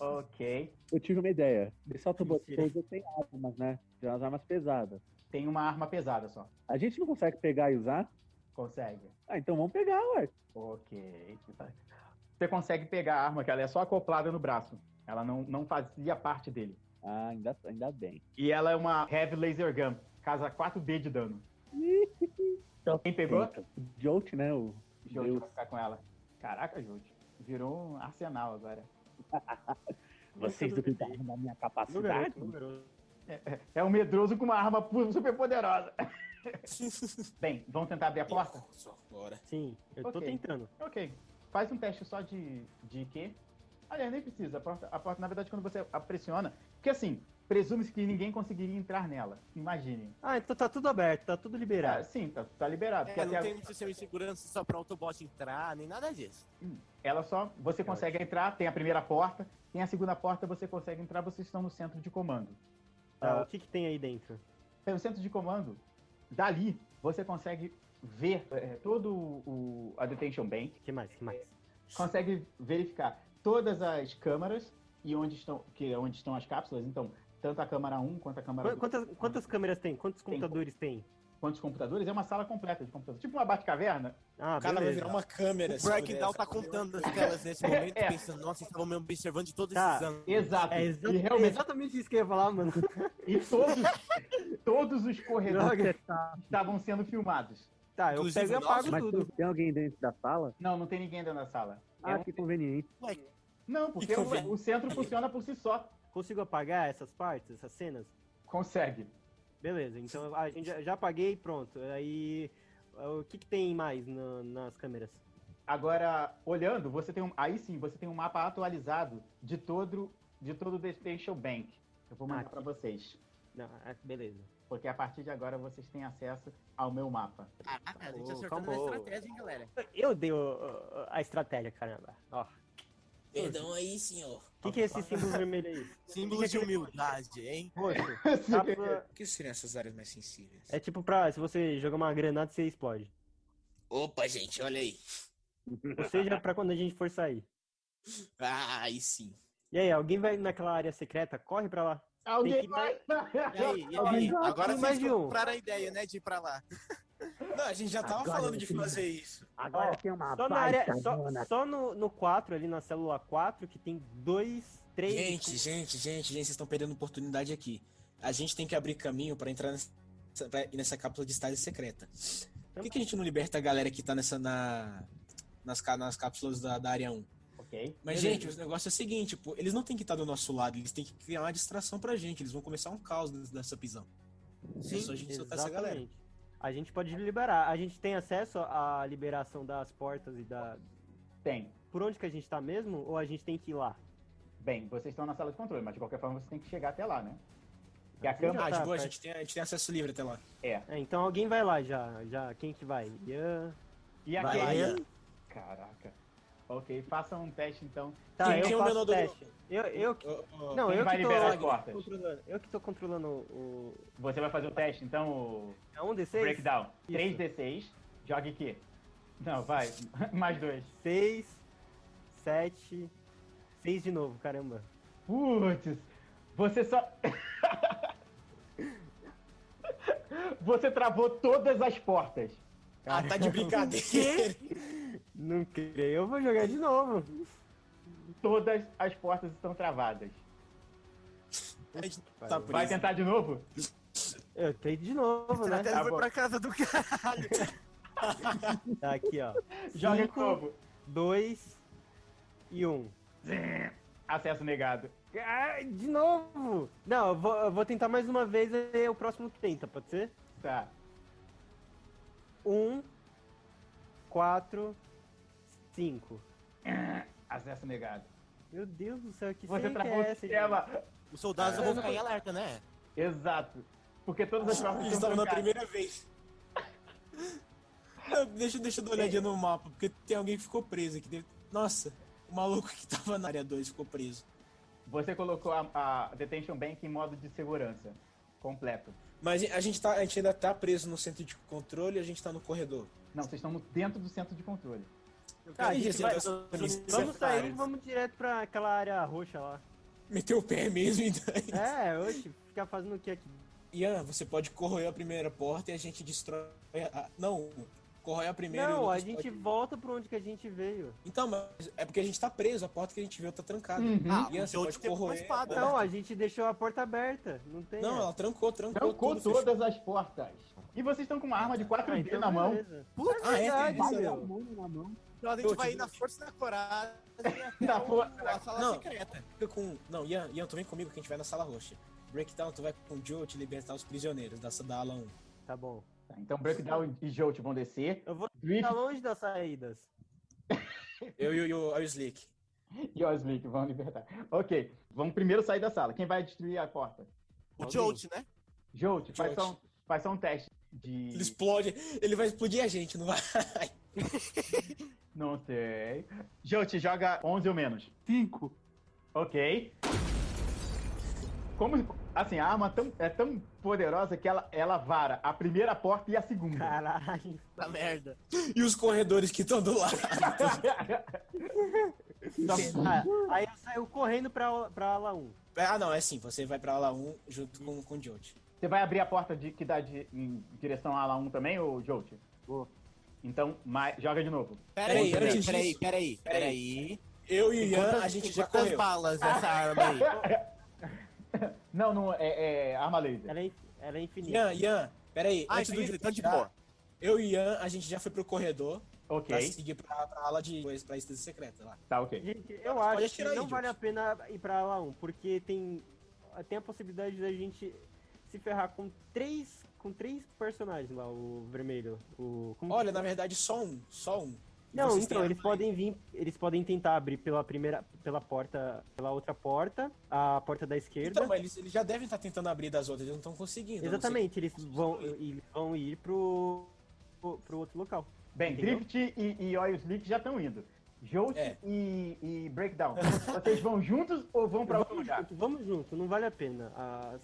D: Ok.
C: Eu tive uma ideia. De salto
F: Mentira.
C: botões eu tenho armas, né? Tem umas armas pesadas.
D: Tem uma arma pesada só.
C: A gente não consegue pegar e usar?
D: Consegue.
C: Ah, então vamos pegar, ué.
D: Ok. Você consegue pegar a arma, que ela é só acoplada no braço. Ela não, não fazia parte dele.
C: Ah, ainda, ainda bem.
D: E ela é uma Heavy Laser Gun. Casa 4D de dano. Então, quem pegou?
C: Eita, o Jolt, né? O
D: Jout
C: Deus.
D: vai ficar com ela. Caraca, Jout. Virou um arsenal agora.
C: Vocês
F: Nunca duvidei.
C: duvidaram da minha
F: Não
C: capacidade?
F: garoto, não garoto.
D: É um medroso com uma arma pu- super poderosa. Bem, vamos tentar abrir a porta?
B: Bora.
F: Sim, eu tô
D: Ok.
F: tentando.
D: Ok. Faz um teste só de, de quê? Aliás, nem precisa. A porta, a porta, na verdade, quando você a pressiona. Porque assim, presume-se que ninguém conseguiria entrar nela. Imaginem.
F: Ah, então tá tudo aberto, tá tudo
D: Ah,
F: liberado.
D: sim, tá, tá liberado. porque
A: É, não
D: até
A: tem sistema de segurança só pra Autobot entrar, nem nada disso.
D: Ela só. Você consegue entrar, tem a primeira porta, tem a segunda porta, você consegue entrar, vocês estão no centro de comando.
F: Tá, o que que tem aí dentro?
D: Pelo centro de comando, dali, você consegue ver eh, todo o, a Detention Bank.
F: O que mais? O que mais?
D: consegue verificar todas as câmaras e onde estão, que, é onde estão as cápsulas. Então, tanto a câmara 1 quanto a câmara 2.
F: Qu- Quantas, quantas câmeras tem? Quantos
D: Tem.
F: computadores tem?
D: Quantos computadores? É uma sala completa de computadores. Tipo uma bate-caverna.
F: Ah,
B: O cara vai
F: beleza.
B: virar uma câmera. assim,
A: O
B: se
A: Breakdown
B: puder.
A: tá contando as telas nesse momento,
D: É.
A: pensando, nossa, eles estavam me observando de todos
F: Tá.
A: esses anos.
D: Exato.
F: É exa-
D: e realmente,
F: exatamente isso que eu ia falar, mano.
D: e todos, todos os corredores
F: Droga.
D: estavam sendo filmados.
F: Tá, eu
A: Inclusive,
F: pego e
A: nossa,
F: apago
C: Mas
F: tudo. É.
C: tem- tem alguém dentro da sala?
D: Não, não tem ninguém dentro da sala.
C: Ah, que conveniente.
D: Não, porque o,
B: convém.
D: o centro funciona por si só.
F: Consigo apagar essas partes, essas cenas?
D: Consegue.
F: Beleza, então a gente já, já apaguei pronto. Aí, o que, que tem mais na- nas câmeras?
D: Agora, olhando, você tem um, aí sim, você tem um mapa atualizado de todo de todo o Destination Bank. Eu vou mandar
F: Ah,
D: pra vocês,
F: Não, ah, beleza.
D: porque a partir de agora vocês têm acesso ao meu mapa.
A: Caraca, a gente
F: Ô,
A: acertou na
F: calma.
A: estratégia, hein, galera?
F: Eu dei o- o- a estratégia, caramba. Ó, o
B: Perdão aí, senhor.
F: que, que é esse símbolo vermelho aí?
A: Símbolo de humildade, hein?
F: Roxo.
D: Tá
F: cápsula-
B: O que seriam essas áreas mais sensíveis?
F: É tipo pra. Se você jogar uma granada, você explode.
B: Opa, gente, olha aí.
F: Ou seja, pra quando a gente for sair.
B: Ah, aí sim.
F: E aí, alguém vai naquela área secreta? Corre pra lá. Tem
D: Alguém
F: que
D: vai!
A: E aí, e aí?
F: Alguém-
A: Agora
F: Tem
A: vocês
F: mais de um.
A: compraram a ideia, né, de ir pra lá.
B: Não, a gente já tava
F: Agora
B: falando de
F: sim.
B: fazer isso.
C: Agora
F: Ó,
C: tem uma
F: Só na área.
C: baita
F: Só,
C: zona.
F: só no, no 4, ali na célula 4, que tem dois, três.
B: Gente, gente, gente, gente, vocês estão perdendo oportunidade aqui. A gente tem que abrir caminho pra entrar nessa, pra ir nessa cápsula de estágio secreta. Por que, que a gente não liberta a galera que tá nessa na nas, ca- nas cápsulas da, da área 1?
D: Ok.
B: Mas,
F: Beleza.
B: gente, o negócio é o seguinte, pô, eles não têm que estar do nosso lado, eles têm que criar uma distração pra gente, eles vão começar um caos nessa pisão.
F: Sim,
B: é só a gente soltar essa galera.
F: exatamente. A gente pode liberar. A gente tem acesso à liberação das portas e da.
D: Tem.
F: Por onde que a gente tá mesmo? Ou a gente tem que ir lá?
D: Bem, vocês estão na sala de controle, mas de qualquer forma vocês têm que chegar até lá, né? E a
F: Sim, já
D: câmera
B: Ah,
F: tá,
B: de boa, a
F: tá.
B: gente, tem, a gente tem acesso livre até lá.
D: é.
F: É, então alguém vai lá já. já. Quem que vai? Ian.
D: E
F: Vai lá,
D: aquele-
F: Ian.
D: Caraca. Ok, façam um teste então.
F: Tá,
B: Quem
F: eu
B: que é o
F: faço
B: menor
F: o
B: do
F: teste. Eu, eu, que-
B: Ô, ô,
F: não,
D: Quem
F: eu
D: vai
F: que, tô,
D: liberar as
F: eu que tô
D: portas?
F: controlando, eu que tô controlando o...
D: Você vai fazer o teste então, o
F: É um D6?
D: breakdown. 3D6, jogue aqui. Não, vai. Mais dois.
F: 6, 7, 6 de novo, caramba.
D: Putz, você só. você travou todas as portas.
B: Ah, tá de brincadeira.
F: Não creio, eu vou jogar de novo.
D: Todas as portas estão travadas.
B: A gente tá preso.
D: Vai tentar de novo?
F: Eu tentei de novo, né?
A: Até
D: Tá
A: ele foi
D: bom.
A: pra casa do caralho.
F: Tá aqui, ó.
D: Joga de
F: Cinco.
D: novo.
F: 2 e 1. Um.
D: Acesso negado.
F: Ah, de novo! Não, eu vou, eu vou tentar mais uma vez, é o próximo que tenta, pode ser?
D: Tá.
F: 1, 4, 5.
D: Acesso negado.
F: Meu Deus do céu, que
D: Você
F: senha que
D: travou
F: é
D: o
F: essa, gente?
D: sistema.
A: Os soldados não vão ficar em alerta, né?
D: Exato. Porque todas as portas
B: Eles
D: estão
B: estavam na
D: trancadas.
B: primeira vez. Não, deixa, deixa eu dar uma olhadinha no mapa, porque tem alguém que ficou preso aqui. dentro. Nossa, o maluco que tava na área 2 ficou preso.
D: Você colocou a, a Detention Bank em modo de segurança. Completo.
B: Mas a gente, tá, a gente ainda tá preso no centro de controle e a gente tá no corredor.
D: Não, vocês estão no- dentro do centro de controle.
F: Tá, a
B: Ih,
F: gente
B: gente,
F: vai-
B: tá sendo
F: Vamos sair e
B: separado.
F: vamos direto pra aquela área roxa lá.
B: Meteu o pé mesmo e daí.
F: É, hoje ficar fazendo o que aqui?
B: Ian, você pode corroer a primeira porta e a gente destrói a... Não, corroer a primeira e o
F: Não, a
B: Lucas
F: gente
B: pode-
F: volta pra onde que a gente veio.
B: Então, mas é porque a gente tá preso, a porta que a gente viu tá trancada.
F: Hum.
D: Uhum.
A: Ah,
B: Ian, você
A: então
B: pode
A: tem uma
B: corroer.
A: espada.
F: Não, a gente deixou a porta aberta. Não tem.
B: Tá Não,
F: essa.
B: ela trancou, trancou,
D: Trancou
B: tudo, fechou.
D: todas as portas. E vocês estão com uma arma de 4
F: Ah,
D: d
F: então
D: na mão.
F: beleza.
A: Tá
B: Ah, é, tem
F: Verdade,
B: essa-
F: meu.
C: na mão.
A: Então a
B: Eu
A: gente
B: te
A: vai ir
B: digo.
A: na força da coragem até
D: Na
A: o-
D: força
A: a sala
B: Não.
A: secreta.
B: Fica com. Não, Ian, Ian, tu vem comigo que a gente vai na sala roxa. Breakdown, tu vai com o Joe te libertar os prisioneiros da, da ala 1.
F: Tá bom.
D: Tá, então Breakdown e Jolt vão descer.
F: Eu vou
D: Drift
F: ficar longe das saídas.
B: Eu e o- e o, e o Slick.
D: e Oslick vão libertar. Ok, vamos primeiro sair da sala. Quem vai destruir a porta?
A: O Jolt, né?
D: Jolt, faz
B: Jolt.
D: só, um, faz só um teste de...
B: Ele explode. Ele vai explodir a gente, não vai?
D: Não sei. Jolt, joga 11 ou menos.
G: Cinco.
D: Ok. Como, assim, a arma tão- é tão poderosa que ela, ela vara a primeira porta e a
F: Ah,
D: segunda.
F: Caralho.
A: Da Tá merda.
B: E os corredores que estão do lado.
D: Só-
F: Ah, aí eu saio correndo pra, pra ala 1.
B: Ah, não, é assim, você vai pra ala 1 junto com, com o Joe.
D: Você vai abrir a porta de, que dá de- em direção à ala 1 também, ou Jolt?
C: Vou.
D: Então, mais, joga de novo.
B: Peraí,
A: Peraí,
B: antes
A: peraí,
B: disso-
A: peraí, peraí, peraí.
B: Eu e o Ian,
A: Quantas-
B: a gente já
A: quantas
B: correu.
A: balas essa arma aí?
D: Não, não, é, é arma laser.
F: Ela é, ela é infinita.
B: Ian, Ian, peraí,
A: Ah,
B: antes do
A: entendi,
B: Joe
A: tá de
B: tirar,
A: boa.
B: Eu e Ian, a gente já foi pro corredor
D: Ok,
B: pra seguir pra, pra ala de coisa, pra estesa secreta lá.
D: tá ok.
F: Gente,
B: Pode
F: eu acho que
B: tirar aí,
F: não
B: Júlio.
F: vale a pena ir pra lá 1, porque tem, tem a possibilidade da gente se ferrar com três, com três personagens lá, o vermelho. O, como que
B: Olha, na
F: chama?
B: verdade, só um. Só um.
F: Não,
B: Vocês
F: então,
B: têm-
F: eles podem vir, eles podem tentar abrir pela primeira, pela porta, pela outra porta, a porta da esquerda.
B: Então, mas eles, eles já devem estar tentando abrir das outras, eles não estão conseguindo. a não ser
F: Exatamente, eles vão,
B: substituir.
F: eles vão ir pro, pro, pro outro local.
D: Bem,
F: Entendeu?
D: Drift e, e Oil Slick já estão indo. Jolt
B: É.
D: e, e Breakdown. Vocês vão juntos ou vão pra outro
F: vamos,
D: lugar?
F: junto, vamos junto, não vale a pena a,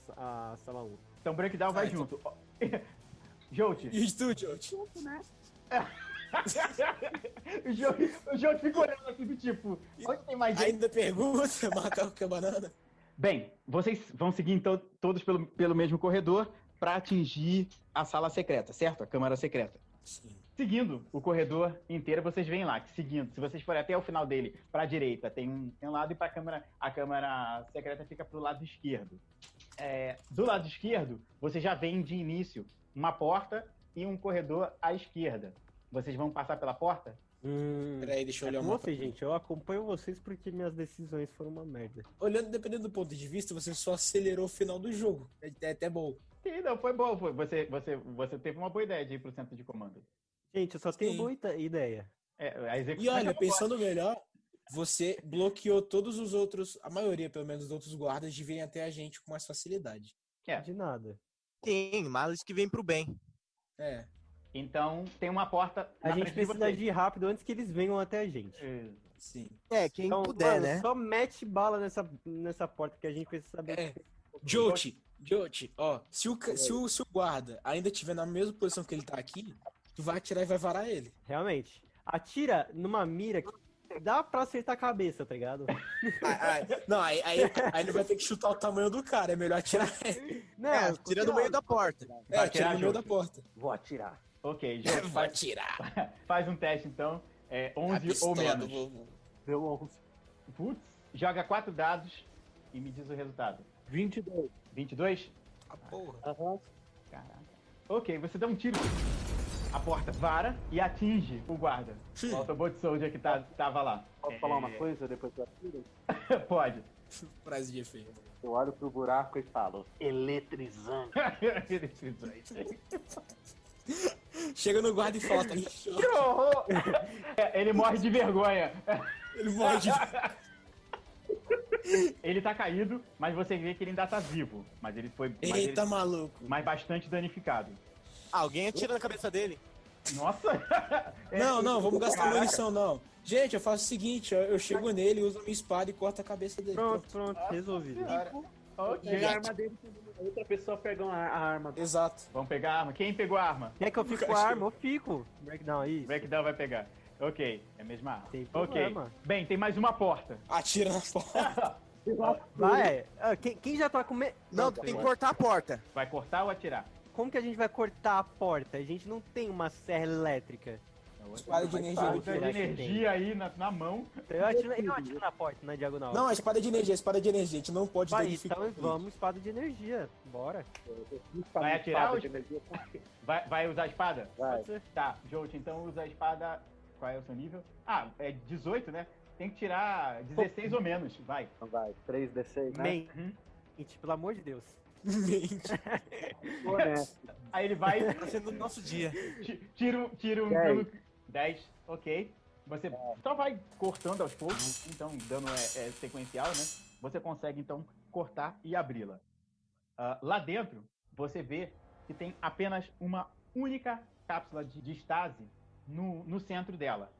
F: a sala 1.
D: Então Breakdown vai
B: Ah, então-
D: junto. Jolt.
B: que- E o estúdio? Tipo,
D: o Jolt o Jolt fica olhando assim do tipo, onde tem mais gente?
B: Ainda pergunta, macaco com a banana.
D: Bem, vocês vão seguir então todos pelo, pelo mesmo corredor pra atingir a sala secreta, certo? A câmara secreta.
B: Sim.
D: Seguindo o corredor inteiro, vocês veem lá que seguindo, se vocês forem até o final dele, para a direita tem um, tem um lado e para a câmara a câmara secreta fica para o lado esquerdo. É, do lado esquerdo, vocês já veem de início uma porta e um corredor à esquerda. Vocês vão passar pela porta?
F: Hum,
B: Peraí, deixa eu
F: é
B: olhar
F: com
B: o mapa.
F: vocês, gente. Eu acompanho vocês porque minhas decisões foram uma merda.
B: Olhando, dependendo do ponto de vista, você só acelerou o final do jogo. É, é até bom.
D: Sim, não, foi bom. Foi. Você, você, você teve uma boa ideia de ir para o centro de comando.
F: Gente, eu só tenho
B: Sim.
F: muita ideia.
D: É, a execução
B: E olha,
D: acabou.
B: pensando melhor, você bloqueou todos os outros, a maioria pelo menos dos outros guardas, de virem até a gente com mais facilidade.
D: É.
F: De nada.
A: Tem males que vêm pro bem.
B: É.
D: Então, tem uma porta
F: A
D: na
F: gente
D: frente de
F: precisa
D: vocês.
F: agir rápido antes que eles venham até a gente.
D: É,
B: Sim.
A: É, quem
F: Então,
A: puder,
F: mano,
A: né?
F: só mete bala nessa, nessa porta que a gente precisa saber.
B: É. Jote, Jote, ó, se o, ca- se, o, se o guarda ainda estiver na mesma posição que ele tá aqui, tu vai atirar e vai varar ele.
F: Realmente. Atira numa mira que dá pra acertar a cabeça, tá ligado?
B: Ai, ai, não, aí, aí, aí ele vai ter que chutar o tamanho do cara, é melhor atirar ele.
F: Não,
A: É, tira do
F: continua.
A: meio da porta.
B: É,
D: Vai
B: atirar
D: atirar,
B: no meio da
D: Jote.
B: porta.
G: Vou atirar.
D: Ok, João,
B: Vai
D: faz,
B: atirar.
D: faz um teste então. É,
B: A
D: 11 ou
B: pistola
D: menos.
B: do vovô.
G: Deu 11.
D: Putz, joga quatro dados e me diz o resultado.
G: 22.
D: 22?
B: Ah, porra.
G: Aham.
D: Caraca. Ok, você dá um tiro. A porta vara e atinge o guarda. O Autobot Soldier que tá, tava lá. É,
G: Posso falar
F: É.
G: uma coisa depois que eu atiro?
D: Pode.
B: Frase de efeito.
G: Eu olho pro buraco e falo, eletrizante.
B: Chega no guarda e fala, tá em choque.
D: que horror! É, Ele morre de vergonha.
B: Ele morre de...
D: Ele tá caído, mas você vê que ele ainda tá vivo. Mas ele foi mas, ele-
B: Eita, maluco.
D: mas bastante danificado.
A: Alguém atira na cabeça dele.
D: Nossa!
B: Não, não, vamos gastar
D: É, Caraca.
B: munição, não. Gente, eu faço o seguinte, ó, eu chego nele, uso a minha espada e corto a cabeça dele.
F: Pronto, pronto, resolvido.
D: Senhora. Ok.
C: é
G: E a arma dele, outra pessoa pega uma- a arma.
B: Exato.
D: Vamos pegar a arma. Quem pegou a arma?
F: Quer que eu fique com a arma? Eu fico. Breakdown, isso.
D: Breakdown vai pegar. Ok, é a mesma arma.
F: Tem
D: é ok.
F: problema.
D: Bem, tem mais uma porta.
B: Atira na porta.
F: Vai. Ah, quem, quem já tá com medo?
A: Não, tem que cortar a porta.
D: Vai cortar ou atirar?
F: Como que a gente vai cortar a porta? A gente não tem uma serra elétrica.
B: Espada de energia.
D: Tá
F: Eu
D: de
F: acho que
D: energia aí na, na mão.
F: Então eu atiro, eu atiro na porta, na
D: Tá.
F: diagonal.
B: Não, a espada é de energia, a espada de energia. A gente não pode
F: Vai,
B: danificar
F: então
B: ele.
F: vamos, espada de energia. Bora.
D: Vai atirar
G: Espada
D: ou-
G: de energia.
D: Vai, vai usar a espada?
G: Vai.
F: Pode ser.
D: Tá, Jout, então usa a espada. Qual é o seu nível? Ah, é 18, né? Tem que tirar 16 ou menos. Vai.
G: Então vai, 3d6, né?
F: Mente,
D: Uhum.
F: pelo amor de Deus.
B: Mente.
G: Tô
C: né?
G: honesto.
D: Aí ele vai,
A: Tá sendo o nosso dia.
D: ti- tira, um- tira um.
G: Dez.
D: 10, ok. Você só vai cortando aos poucos, então o dano é, é sequencial, né? Você consegue então cortar e abri-la. Ah, lá dentro, você vê que tem apenas uma única cápsula de, de estase no, no centro dela.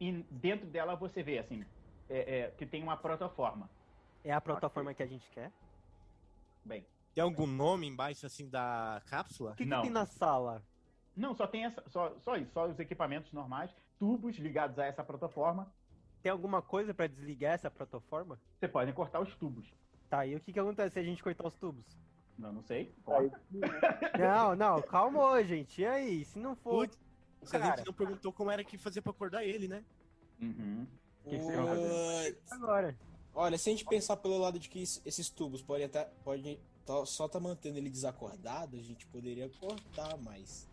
D: E dentro dela você vê, assim, é- é, que tem uma protoforma.
F: É a plataforma que a gente quer?
A: Tem algum nome embaixo, assim, da cápsula?
F: O que, que
D: Não.
F: tem na sala?
D: Não, só tem essa, só, só isso, só os equipamentos normais, tubos ligados a essa protoforma.
F: Tem alguma coisa pra desligar essa plataforma?
D: Você pode cortar os tubos.
F: Tá, e o que, que acontece se a gente cortar os tubos?
D: Não, não sei. Corta.
F: Não, não, calma, ô, gente. E aí? Se não for.
A: Putz, Porque a gente não perguntou como era que fazia pra acordar ele, né?
D: Uhum. O que que você vai
B: Putz.
F: Agora.
B: Olha, se a gente pensar pelo lado de que isso- esses tubos podem até, podem tá- só tá mantendo ele desacordado, a gente poderia cortar, mas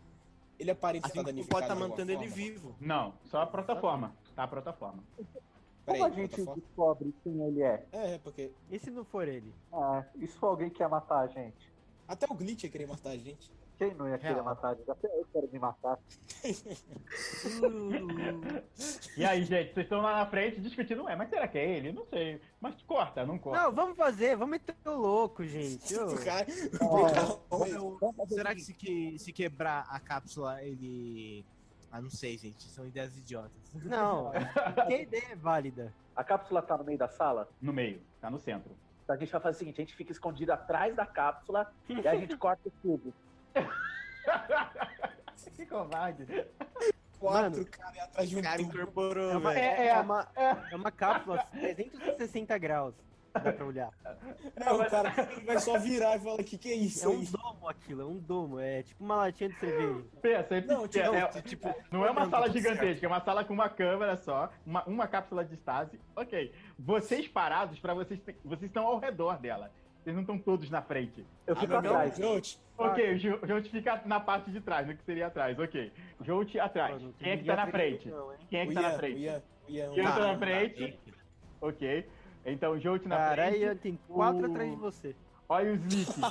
B: Ele aparenta
A: Assim,
B: estar
A: pode
B: danificado.
A: estar
B: de alguma
A: mantendo ele
B: forma?
A: vivo.
D: Não, só a plataforma. Tá a plataforma.
B: Peraí,
H: Como a gente
B: plataforma?
H: descobre quem ele é?
B: É, porque
F: E se não for ele?
H: Ah, isso foi alguém que ia matar a gente.
B: até o Glitch ia querer matar a gente.
H: Quem não ia querer
F: Real.
H: matar a gente? Até eu quero me matar.
D: E aí, gente, vocês estão lá na frente discutindo, ué, mas será que é ele? Não sei. Mas corta, não corta.
I: Não, vamos fazer, vamos meter o louco, gente. ô.
B: O cara...
C: Ah,
A: Será que se, que- se quebrar a cápsula, ele. Ah, não sei, gente. São ideias idiotas.
I: Não, que ideia é válida.
C: A cápsula tá no meio da sala?
D: No meio, tá no centro.
C: Então a gente vai fazer o seguinte, a gente fica escondido atrás da cápsula e a gente corta o tubo.
D: Que covarde.
B: Quatro caras atrás de um
A: O cara
B: tubo.
A: incorporou,
I: É uma,
A: velho.
I: é, é uma, é uma cápsula 360 graus. Dá pra olhar.
B: É, o cara ele vai só virar e fala que que é isso
I: É um
B: aí.
I: domo aquilo, é um domo. É tipo uma latinha de cerveja.
D: Pensa, é-
B: Não, tipo,
D: é-
A: Tipo,
D: Não é uma
A: Não,
D: sala
A: tá tudo
D: gigantesca, é uma sala com uma câmera só, uma, uma cápsula de estase. Ok. Vocês parados, pra vocês. te- Vocês estão ao redor dela. Vocês não estão todos na frente.
H: Eu
B: Ah,
H: fico
B: não,
H: atrás.
B: Jout,
D: Ok, o Jo- o Jout fica na parte de trás, no que seria atrás, ok. Jout atrás.
I: Pô, não tem
D: Quem é que
I: ninguém
D: tá na
I: acreditando,
D: frente?
I: não, hein?
D: Quem é
B: o
D: que tá na
B: Ian, o
D: frente?
B: Ian, o Ian.
D: Quem é que tá
A: Tá,
D: na frente? Ok. Então, Jout na frente.
I: Caralho, tem quatro
D: O-
I: atrás de você.
D: Olha o Slick.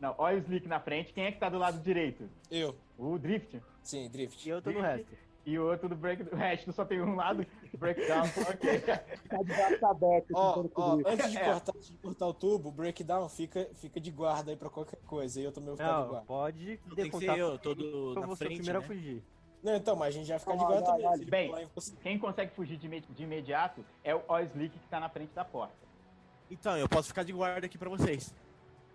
D: Não, olha o Slick na frente. Quem é que tá do lado direito?
B: Eu.
D: O Drift.
B: Sim, Drift.
I: E eu tô no resto.
D: E o outro do break. O resto só tem um lado. Breakdown. Ok.
H: Tá de braço aberto.
B: Ó,
H: tentando
B: ó,
H: cobrir.
B: antes de
D: É.
B: cortar, antes de cortar o tubo, o breakdown fica, fica de guarda aí pra qualquer coisa. E eu também vou ficar Tá de
I: Não,
B: guarda.
I: pode
A: tem que
I: decontar.
A: ser eu, todo
I: Eu
A: na
I: vou ser o
A: frente.
I: primeiro
A: Né?
I: a fugir.
B: Não, então, mas a gente já fica de
H: Olha,
B: guarda também.
H: olha,
B: se ele
D: bem.
B: pular em você.
D: Quem consegue fugir de, ime- de imediato é o Oislick que tá na frente da porta.
A: Então, eu posso ficar de guarda aqui pra vocês.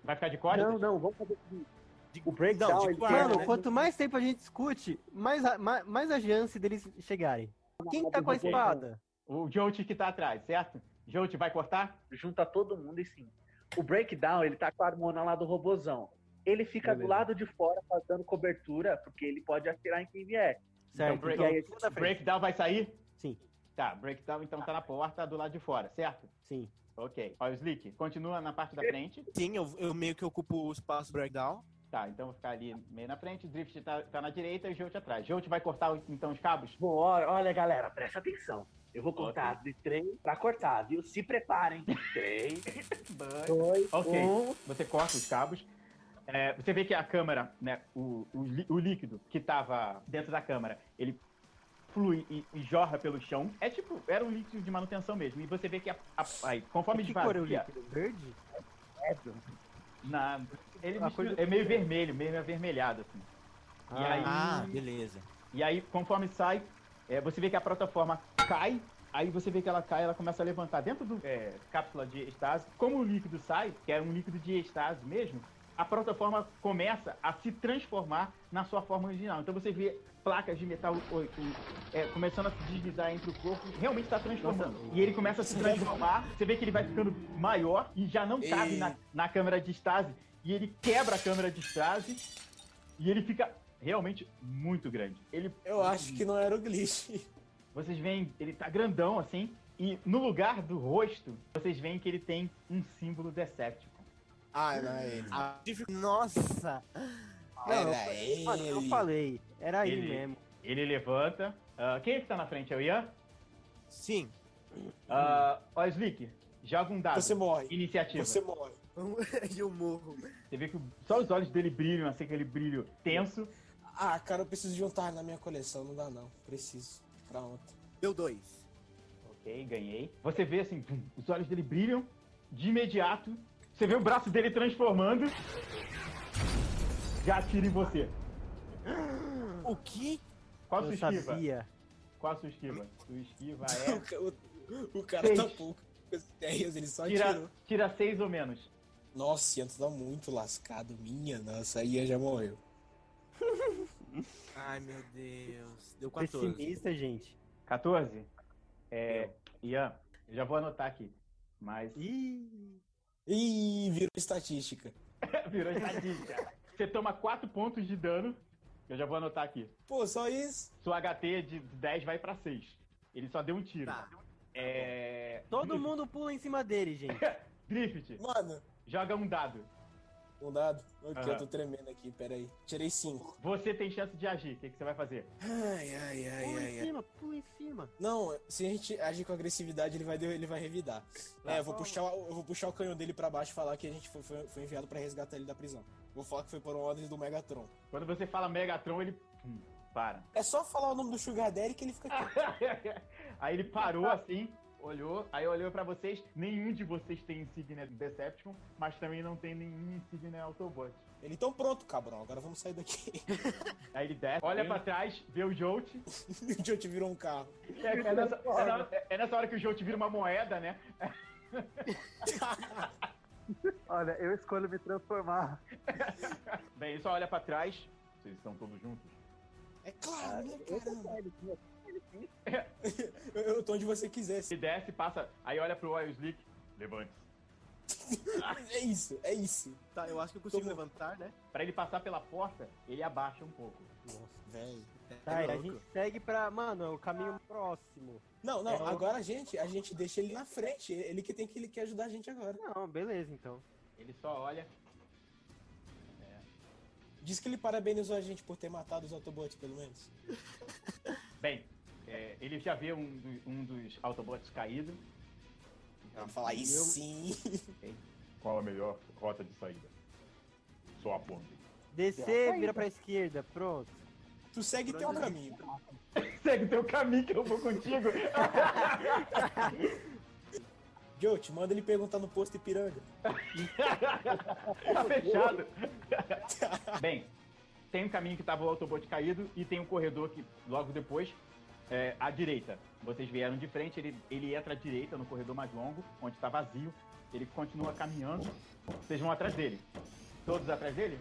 D: Vai ficar de costas?
C: Não, não, vamos fazer o seguinte.
A: De-
C: O breakdown,
A: não, de
C: ele
A: guarda,
I: Mano,
A: né?
I: quanto mais tempo a gente discute, mais a, mais, mais a chance deles chegarem. Quem tá com a espada?
D: O Jout que tá atrás, certo? Jout vai cortar?
C: junta todo mundo e sim. O breakdown, ele tá com a harmona lá do robozão. Ele fica do
G: Beleza.
C: lado de fora, fazendo cobertura, porque ele pode atirar em quem vier.
I: Certo,
D: break-
I: então,
C: e aí,
I: tudo na frente.
D: Breakdown vai sair?
I: Sim.
D: Tá, Breakdown então tá na porta do lado de fora, certo?
I: Sim.
D: Ok. Oislick, continua na parte da frente.
A: Sim, eu, eu meio que ocupo o espaço breakdown.
D: Tá, então vou ficar ali meio na frente. Drift tá, tá na direita e o Jout atrás. Jout vai cortar então os cabos?
C: Bom, ó- olha, galera, presta atenção. Eu vou contar de três pra cortar, viu? Se preparem. Três, dois,
D: Ok.
C: um.
D: Você corta os cabos. É, você vê que a câmara, né, o, o, lí- o líquido que tava dentro da câmara, ele flui e, e jorra pelo chão. É tipo, era um líquido de manutenção mesmo. E você vê que a, a- aí, conforme
I: Que cor é o
D: esvazia,
I: líquido? Verde?
D: na, ele
I: A
D: mistura-
I: cor
D: é meio vermelho, meio avermelhado assim. E aí,
A: Ah, beleza.
D: e aí, conforme sai, é, você vê que a plataforma cai. Aí você vê que ela cai, ela começa a levantar dentro do é, cápsula de estase. Como o líquido sai, que é um líquido de estase mesmo, a plataforma começa a se transformar na sua forma original. Então você vê placas de metal o- o- é, começando a se deslizar entre o corpo, realmente está transformando. e ele começa a se transformar, você vê que ele vai ficando maior e já não cabe na, na câmera de estase. E ele quebra a câmera de estase e ele fica realmente muito grande. Ele
B: Eu acho que não era o glitch.
D: vocês veem, ele tá grandão assim, e no lugar do rosto, vocês veem que ele tem um símbolo Decepticon.
B: Ah, não é ele.
A: A dific- Nossa!
J: Ah,
B: Era
I: Mano, eu
B: ele.
I: falei. Era ele,
D: Ele.
I: mesmo.
D: Ele levanta. ah, quem é que tá na frente? É o Ian?
A: Sim.
D: Ah, Ó, Slick, joga um dado.
B: Você morre.
D: Iniciativa.
B: Você morre.
A: eu morro.
D: Você vê que só os olhos dele brilham, assim, aquele brilho tenso.
B: Ah, cara, eu preciso juntar na minha coleção. Não dá, não. Preciso. Pra ontem.
A: Deu dois.
D: Ok, ganhei. Você vê assim, pum, os olhos dele brilham de imediato. Você vê o braço dele transformando. Já atira em você.
A: O que?
D: Qual a sua
I: Eu
D: esquiva?
I: sabia.
D: Qual a sua esquiva? Sua esquiva
B: O,
D: é.
B: ca- o- o cara tá
D: Seis.
B: pouco. com as ideias, Ele só tirou.
D: Tira, tira seis ou menos.
B: Nossa, Ian, tu tá muito lascado. Minha nossa, Ian já morreu.
A: Ai, meu Deus. Deu 14.
I: Pessimista, gente.
D: 14? É, Ian, eu já vou anotar aqui. Mas
I: Ih,
B: Ih, virou estatística.
D: virou estatística. Você toma 4 pontos de dano. Eu já vou anotar aqui.
B: Pô, só isso?
D: Sua HT de 10 vai pra 6. Ele só deu um tiro.
A: Tá.
D: É...
J: É,
I: todo mundo pula em cima dele, gente.
D: Griffith,
B: Mano,
D: joga um dado.
B: Um dado? Ok,
D: Aham.
B: eu tô tremendo aqui, peraí. Tirei cinco.
D: Você tem chance de agir. O que, que você vai fazer?
B: Ai, ai, ai,
I: Pula
B: ai,
J: é,
I: em
B: ai.
I: cima, pula em cima.
B: Não, se a gente agir com agressividade, ele vai, de- ele vai revidar. É, eu vou, puxar, o- eu vou puxar o canhão dele pra baixo e falar que a gente foi, foi- foi enviado pra resgatar ele da prisão. Vou falar que foi por ordem do Megatron.
D: Quando você fala Megatron, ele. hum, para.
B: É só falar o nome do Sugar Daddy que ele fica quieto.
D: aí ele parou assim, olhou, aí olhou pra vocês. Nenhum de vocês tem insígnia Decepticon, mas também não tem nenhum insígnia Autobot.
B: Ele, então pronto, cabrão, agora vamos sair daqui.
D: Aí ele desce, olha pra trás, vê o Jolt.
B: o Joe te virou um carro.
D: É, é nessa, é na- é nessa hora que o Jolt vira uma moeda, né?
H: Olha, eu escolho me transformar.
D: Bem, ele só olha pra trás. Vocês estão todos juntos.
B: É claro, né,
C: Eu tô
B: caramba?
C: velho, meu.
B: Eu, eu tô onde você quiser.
D: Ele desce, passa, aí olha pro Oil Slick. Levante-se.
B: É isso, é isso.
A: Tá, eu acho que eu consigo
B: Como-
A: levantar, né?
D: Pra ele passar pela porta, ele abaixa um pouco.
B: Véi.
I: Tá, e a
A: louco.
I: gente segue pra, mano, é o
J: Ah.
I: caminho próximo.
B: Não, não,
I: É o-
B: agora a gente, a gente deixa ele na frente. Ele que tem que, ele que ajudar a gente agora.
I: Não, beleza, então.
D: Ele só olha.
B: Diz que ele parabenizou a gente por ter matado os Autobots, pelo menos.
D: Bem, é, ele já vê um, do- um dos Autobots caído.
B: Ele fala, aí sim.
D: Qual a melhor rota de saída? Só aponte.
I: Descer,
J: então.
I: vira pra esquerda, pronto.
B: Tu segue teu caminho.
D: Segue teu caminho que eu vou contigo.
B: Joe, te manda ele perguntar no posto Ipiranga.
D: tá fechado. Bem, tem um caminho que tava o Autobot caído e tem um corredor que logo depois é à direita. Vocês vieram de frente, ele, ele entra à direita no corredor mais longo, onde tá vazio. Ele continua caminhando. Vocês vão atrás dele. Todos atrás dele?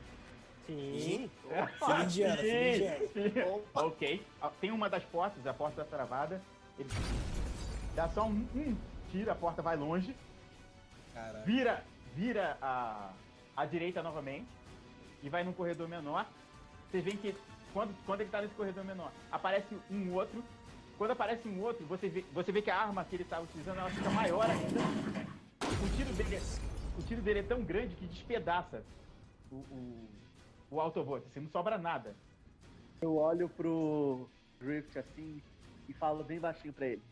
I: Sim.
B: Filho indiano, filho
D: Sim.
B: indiano.
D: Ok. Ah, Tem uma das portas, a porta tá travada. Ele dá só um, um tiro, a porta vai longe.
B: Caraca.
D: Vira, vira a, a direita novamente. E vai num corredor menor. Vocês veem que quando, quando ele tá nesse corredor menor, aparece um outro. Quando aparece um outro, você vê, você vê que a arma que ele tá utilizando ela fica maior ainda. O tiro dele, é- o tiro dele é tão grande que despedaça o, o, o Autobot. Assim, não sobra nada.
G: Eu olho pro Drift assim e falo bem baixinho pra ele.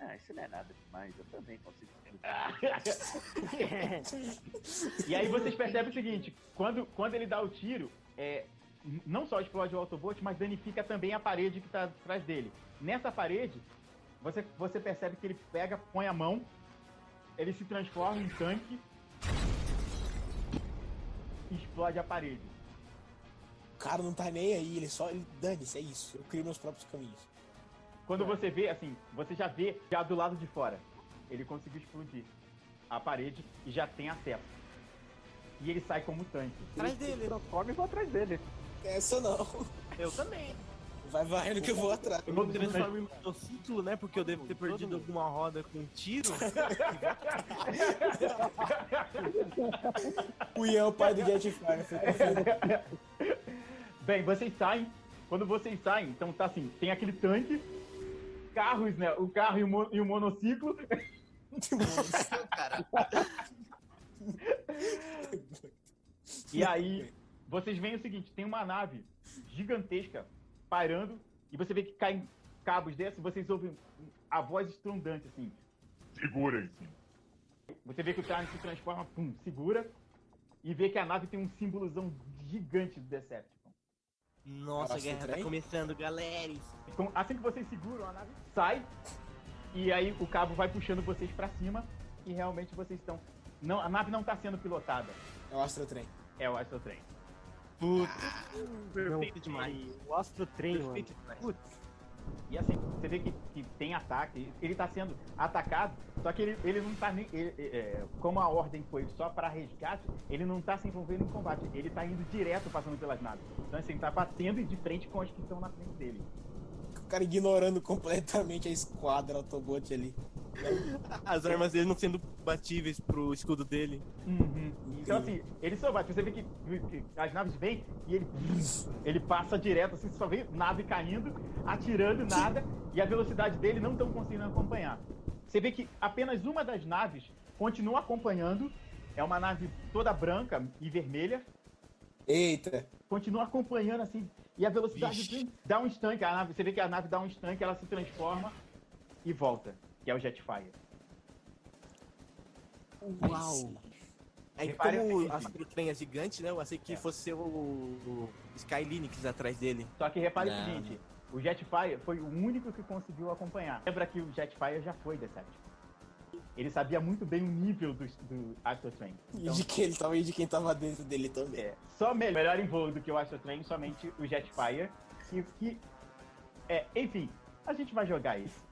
G: Ah, isso não é nada demais, eu também consigo escrever.
D: E aí vocês percebem o seguinte, quando, quando ele dá o tiro, é, n- não só explode o Autobot, mas danifica também a parede que tá atrás dele. Nessa parede, você, você percebe que ele pega, põe a mão, ele se transforma em tanque, e explode a parede.
B: O cara não tá nem aí, ele só. Ele, Dane-se, é isso. Eu crio meus próprios caminhos.
D: Quando você vê, assim, você já vê já do lado de fora. Ele conseguiu explodir a parede e já tem acesso. E ele sai como tanque.
A: Atrás dele.
H: Transforma e vou atrás dele.
B: Essa não.
A: Eu também.
B: Vai varrendo que eu vou atrás.
D: Eu
J: Eu me transformo em monociclo, né? Porque eu devo ter perdido alguma roda com um tiro.
B: O Ian é o pai do Jetfire. Foi confiando.
D: Bem, vocês saem. Quando vocês saem, então tá assim, tem aquele tanque, carros, né? O carro e o, mo- e o monociclo. E aí, vocês veem o seguinte, tem uma nave gigantesca parando e você vê que caem cabos desses, vocês ouvem a voz estrondante assim. Segurem-se. Você vê que o Charlie se transforma, pum, segura e vê que a nave tem um símbolozão gigante do Decepticon.
J: Nossa, a
B: Nossa,
J: guerra tá
B: trem?
J: começando, galera. é
D: Então, assim que vocês seguram, a nave sai e aí o cabo vai puxando vocês pra cima e realmente vocês estão. Não, a nave não tá sendo pilotada.
B: É o Astrotrem.
D: É o Astrotrain.
J: Perfeito demais.
I: O Astro Trem, mano.
J: Perfeito demais.
D: E assim, você vê que, que tem ataque, ele tá sendo atacado, só que ele, ele não tá nem. ele- é, como a ordem foi só pra resgate, ele não tá se envolvendo em combate, ele tá indo direto passando pelas naves. Então assim, tá batendo de frente com as que estão na frente dele.
B: O cara ignorando completamente a esquadra Autobot ali.
J: As armas dele não sendo batíveis pro escudo dele.
D: Então assim, ele só bate, você vê que, que as naves vêm e ele Ele passa direto, assim, só vê nave caindo, atirando nada, e a velocidade dele não estão conseguindo acompanhar. Você vê que apenas uma das naves continua acompanhando, é uma nave toda branca e vermelha,
B: Eita.
D: Continua acompanhando assim. E a velocidade do- dá um instante. A nave, você vê que a nave dá um instante, ela se transforma e volta. Que é o Jetfire.
A: Uau! Aí,
D: Repare
A: como
D: o É.
A: a
D: seguinte.
A: Cybertran é gigante, né? Eu achei que fosse ser o, o Sky Linux atrás dele.
D: Só que repare o seguinte, o Jetfire foi o único que conseguiu acompanhar. Lembra que o Jetfire já foi Decepticon. Ele sabia muito bem o nível do, do Astro Train. Então, é,
B: E de quem ele tava e de quem tava dentro dele também.
D: Só me- melhor em voo do que o Astro Train, somente o Jetfire. Que, que, é, enfim, a gente vai jogar isso.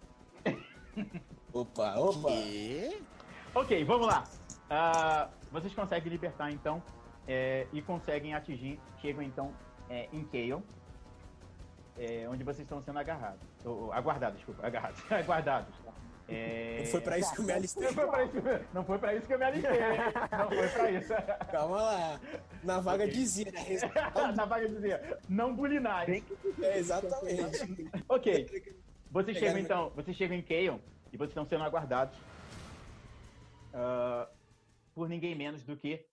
B: Opa, opa.
D: Ok, vamos lá. Ah, vocês conseguem libertar então é, e conseguem atingir, chegam então é, em Kaon, é, onde vocês estão sendo agarrados. Ou, ou, aguardados, desculpa, agarrados, aguardados. É,
B: Não foi pra isso que eu me alistei.
D: Não foi pra isso, não foi pra isso que eu me alistei. hein? Não foi pra isso.
B: Calma lá. Na vaga
D: Ok.
B: dizia. né?
D: Na vaga dizia, não bulinais.
B: É, exatamente.
D: Ok. Vocês
B: Pegar
D: chegam
B: no-
D: então, vocês chegam em Kaon e vocês estão sendo aguardados ah, por ninguém menos do que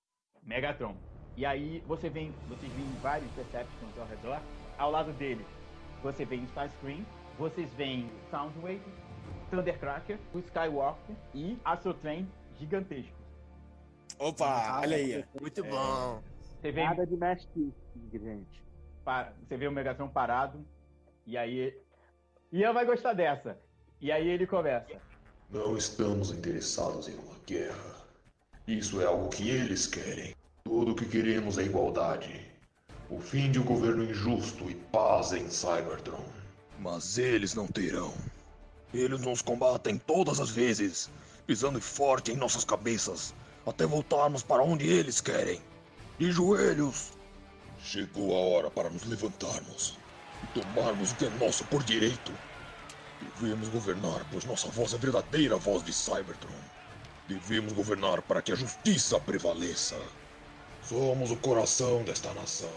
D: Megatron. E aí você vem, vocês veem vários Decepticons ao redor. Ao lado dele, você vem Starscream, vocês veem Soundwave, Thundercracker, o Skywalker e Astro Train gigantesco.
B: Opa, olha aí.
A: Ah, Muito
D: É.
A: bom.
D: Você vê,
G: Nada de mestre gente.
D: pa- você vê o Megatron parado e aí Ian vai gostar dessa. E aí ele começa.
K: Não estamos interessados em uma guerra. Isso é algo que eles querem. Tudo o que queremos é igualdade. O fim de um governo injusto e paz em Cybertron.
L: Mas eles não terão. Eles nos combatem todas as vezes, pisando forte em nossas cabeças, até voltarmos para onde eles querem. De joelhos!
K: Chegou a hora para nos levantarmos e tomarmos o que é nosso por direito. Devemos governar, pois nossa voz é a verdadeira voz de Cybertron. Devemos governar para que a justiça prevaleça. Somos o coração desta nação.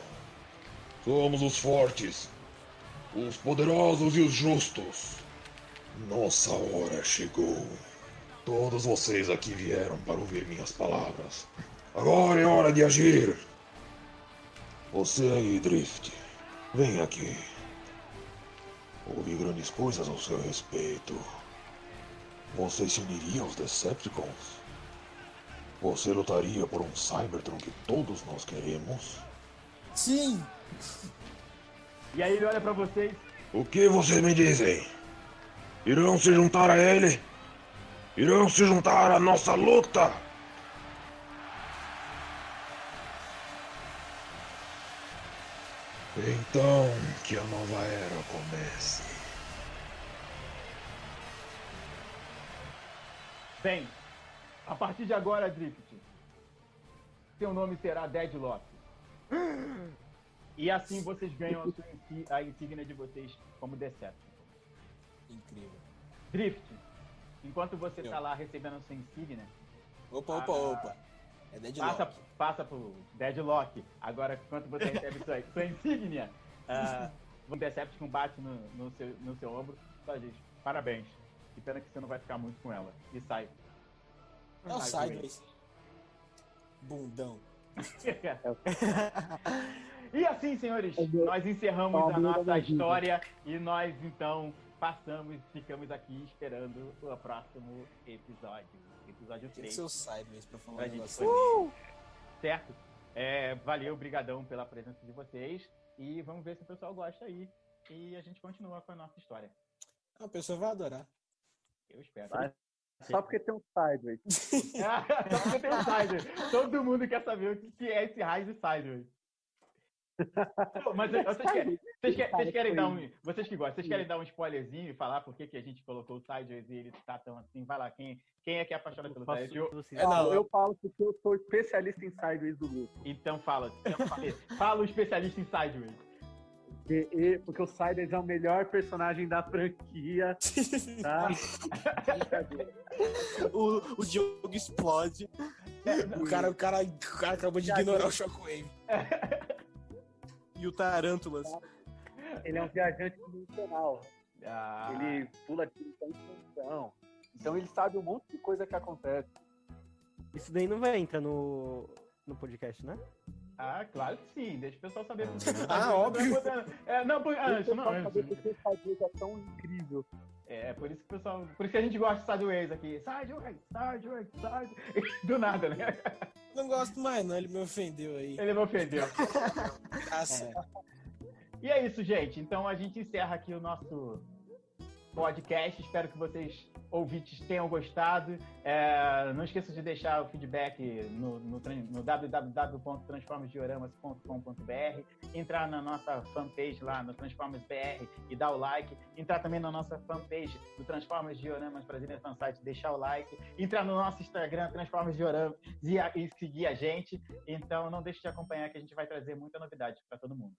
K: Somos os fortes, os poderosos e os justos. Nossa hora chegou. Todos vocês aqui vieram para ouvir minhas palavras. Agora é hora de agir. Você aí, Drift, vem aqui. Ouvi grandes coisas ao seu respeito. Você se uniria aos Decepticons? Você lutaria por um Cybertron que todos nós queremos?
B: Sim!
D: E aí ele olha pra vocês
K: O que vocês me dizem? Irão se juntar a ele? Irão se juntar à nossa luta? Então que a nova era comece.
D: Bem, a partir de agora, Drift, seu nome será Deadlock. E assim vocês ganham a, sua insi- a insígnia de vocês como Decepticon.
B: Incrível.
D: Drift, enquanto você tá lá recebendo a sua insígnia,
B: Opa, opa,
D: Ah.
B: opa. É Deadlock.
D: passa, passa pro Deadlock. Agora, enquanto você recebe sua, sua insígnia, ah, um Decepticon bate no, no seu, no seu ombro. Só diz, parabéns. Que pena que você não vai ficar muito com ela. E sai.
B: É o
D: Sai com ele.
B: Sideways. Bundão.
D: É e assim, senhores, nós encerramos a nossa história e nós então passamos, ficamos aqui esperando o próximo episódio. Episódio
B: Tem que
D: 3.
B: ser é o Sideways pra falar
D: Pra
B: um
D: gente
B: negócio
D: poder- Certo? É, valeu, brigadão pela presença de vocês e vamos ver se o pessoal gosta aí e a gente continua com a nossa história.
B: Ah, A pessoa vai adorar.
D: Eu espero.
G: Só porque tem um sideways.
D: Só porque tem um Sideways. Todo mundo quer saber o que que é esse raio de Sideways. Pô, Mas eu- é. vocês querem, vocês querem- vocês querem dar um. Vocês que gostam, vocês querem dar um spoilerzinho e falar por que que a gente colocou o Sideways e ele tá tão assim? Vai lá, quem, quem é que é apaixonado pelo
G: Posso-
D: Sideways? Eu- assim.
G: É, não, eu falo porque eu sou especialista em sideways do grupo.
D: Então fala. então fala- Fala o especialista em Sideways.
C: E- e- porque o Siders é o melhor personagem da franquia. Tá?
A: o, o Diogo explode.
B: O cara, o, cara, o cara acabou de ignorar o Shockwave.
A: E o Tarântulas.
C: Ele é um viajante dimensional.
D: Ah,
C: Ele pula de dimensão em dimensão. Então ele sabe um monte de coisa que acontece.
I: Isso daí não vai entrar no, no podcast, né?
D: Ah, claro que sim. Deixa o pessoal saber.
B: Ah, óbvio.
D: É, não, por... ah, isso não
C: Pra saber que você fazia é tão incrível.
D: É, é por isso que o pessoal. Por isso que a gente gosta de Sideways aqui. Sideways, Sideways, Sideways. Do nada, né?
B: Não gosto mais, não. Ele me ofendeu aí.
D: Ele me ofendeu.
B: Nossa.
D: E é isso, gente. Então a gente encerra aqui o nosso podcast. Espero que vocês, ouvintes, tenham gostado. É, não esqueça de deixar o feedback no, no, tran- no www.transformasdioramas.com.br, entrar na nossa fanpage lá no Transformers BR e dar o like, entrar também na nossa fanpage do Transformers Dioramas Brasileiro Fansite, deixar o like, entrar no nosso Instagram Transformers Dioramas e, a- e seguir a gente. Então não deixe de acompanhar que a gente vai trazer muita novidade para todo mundo.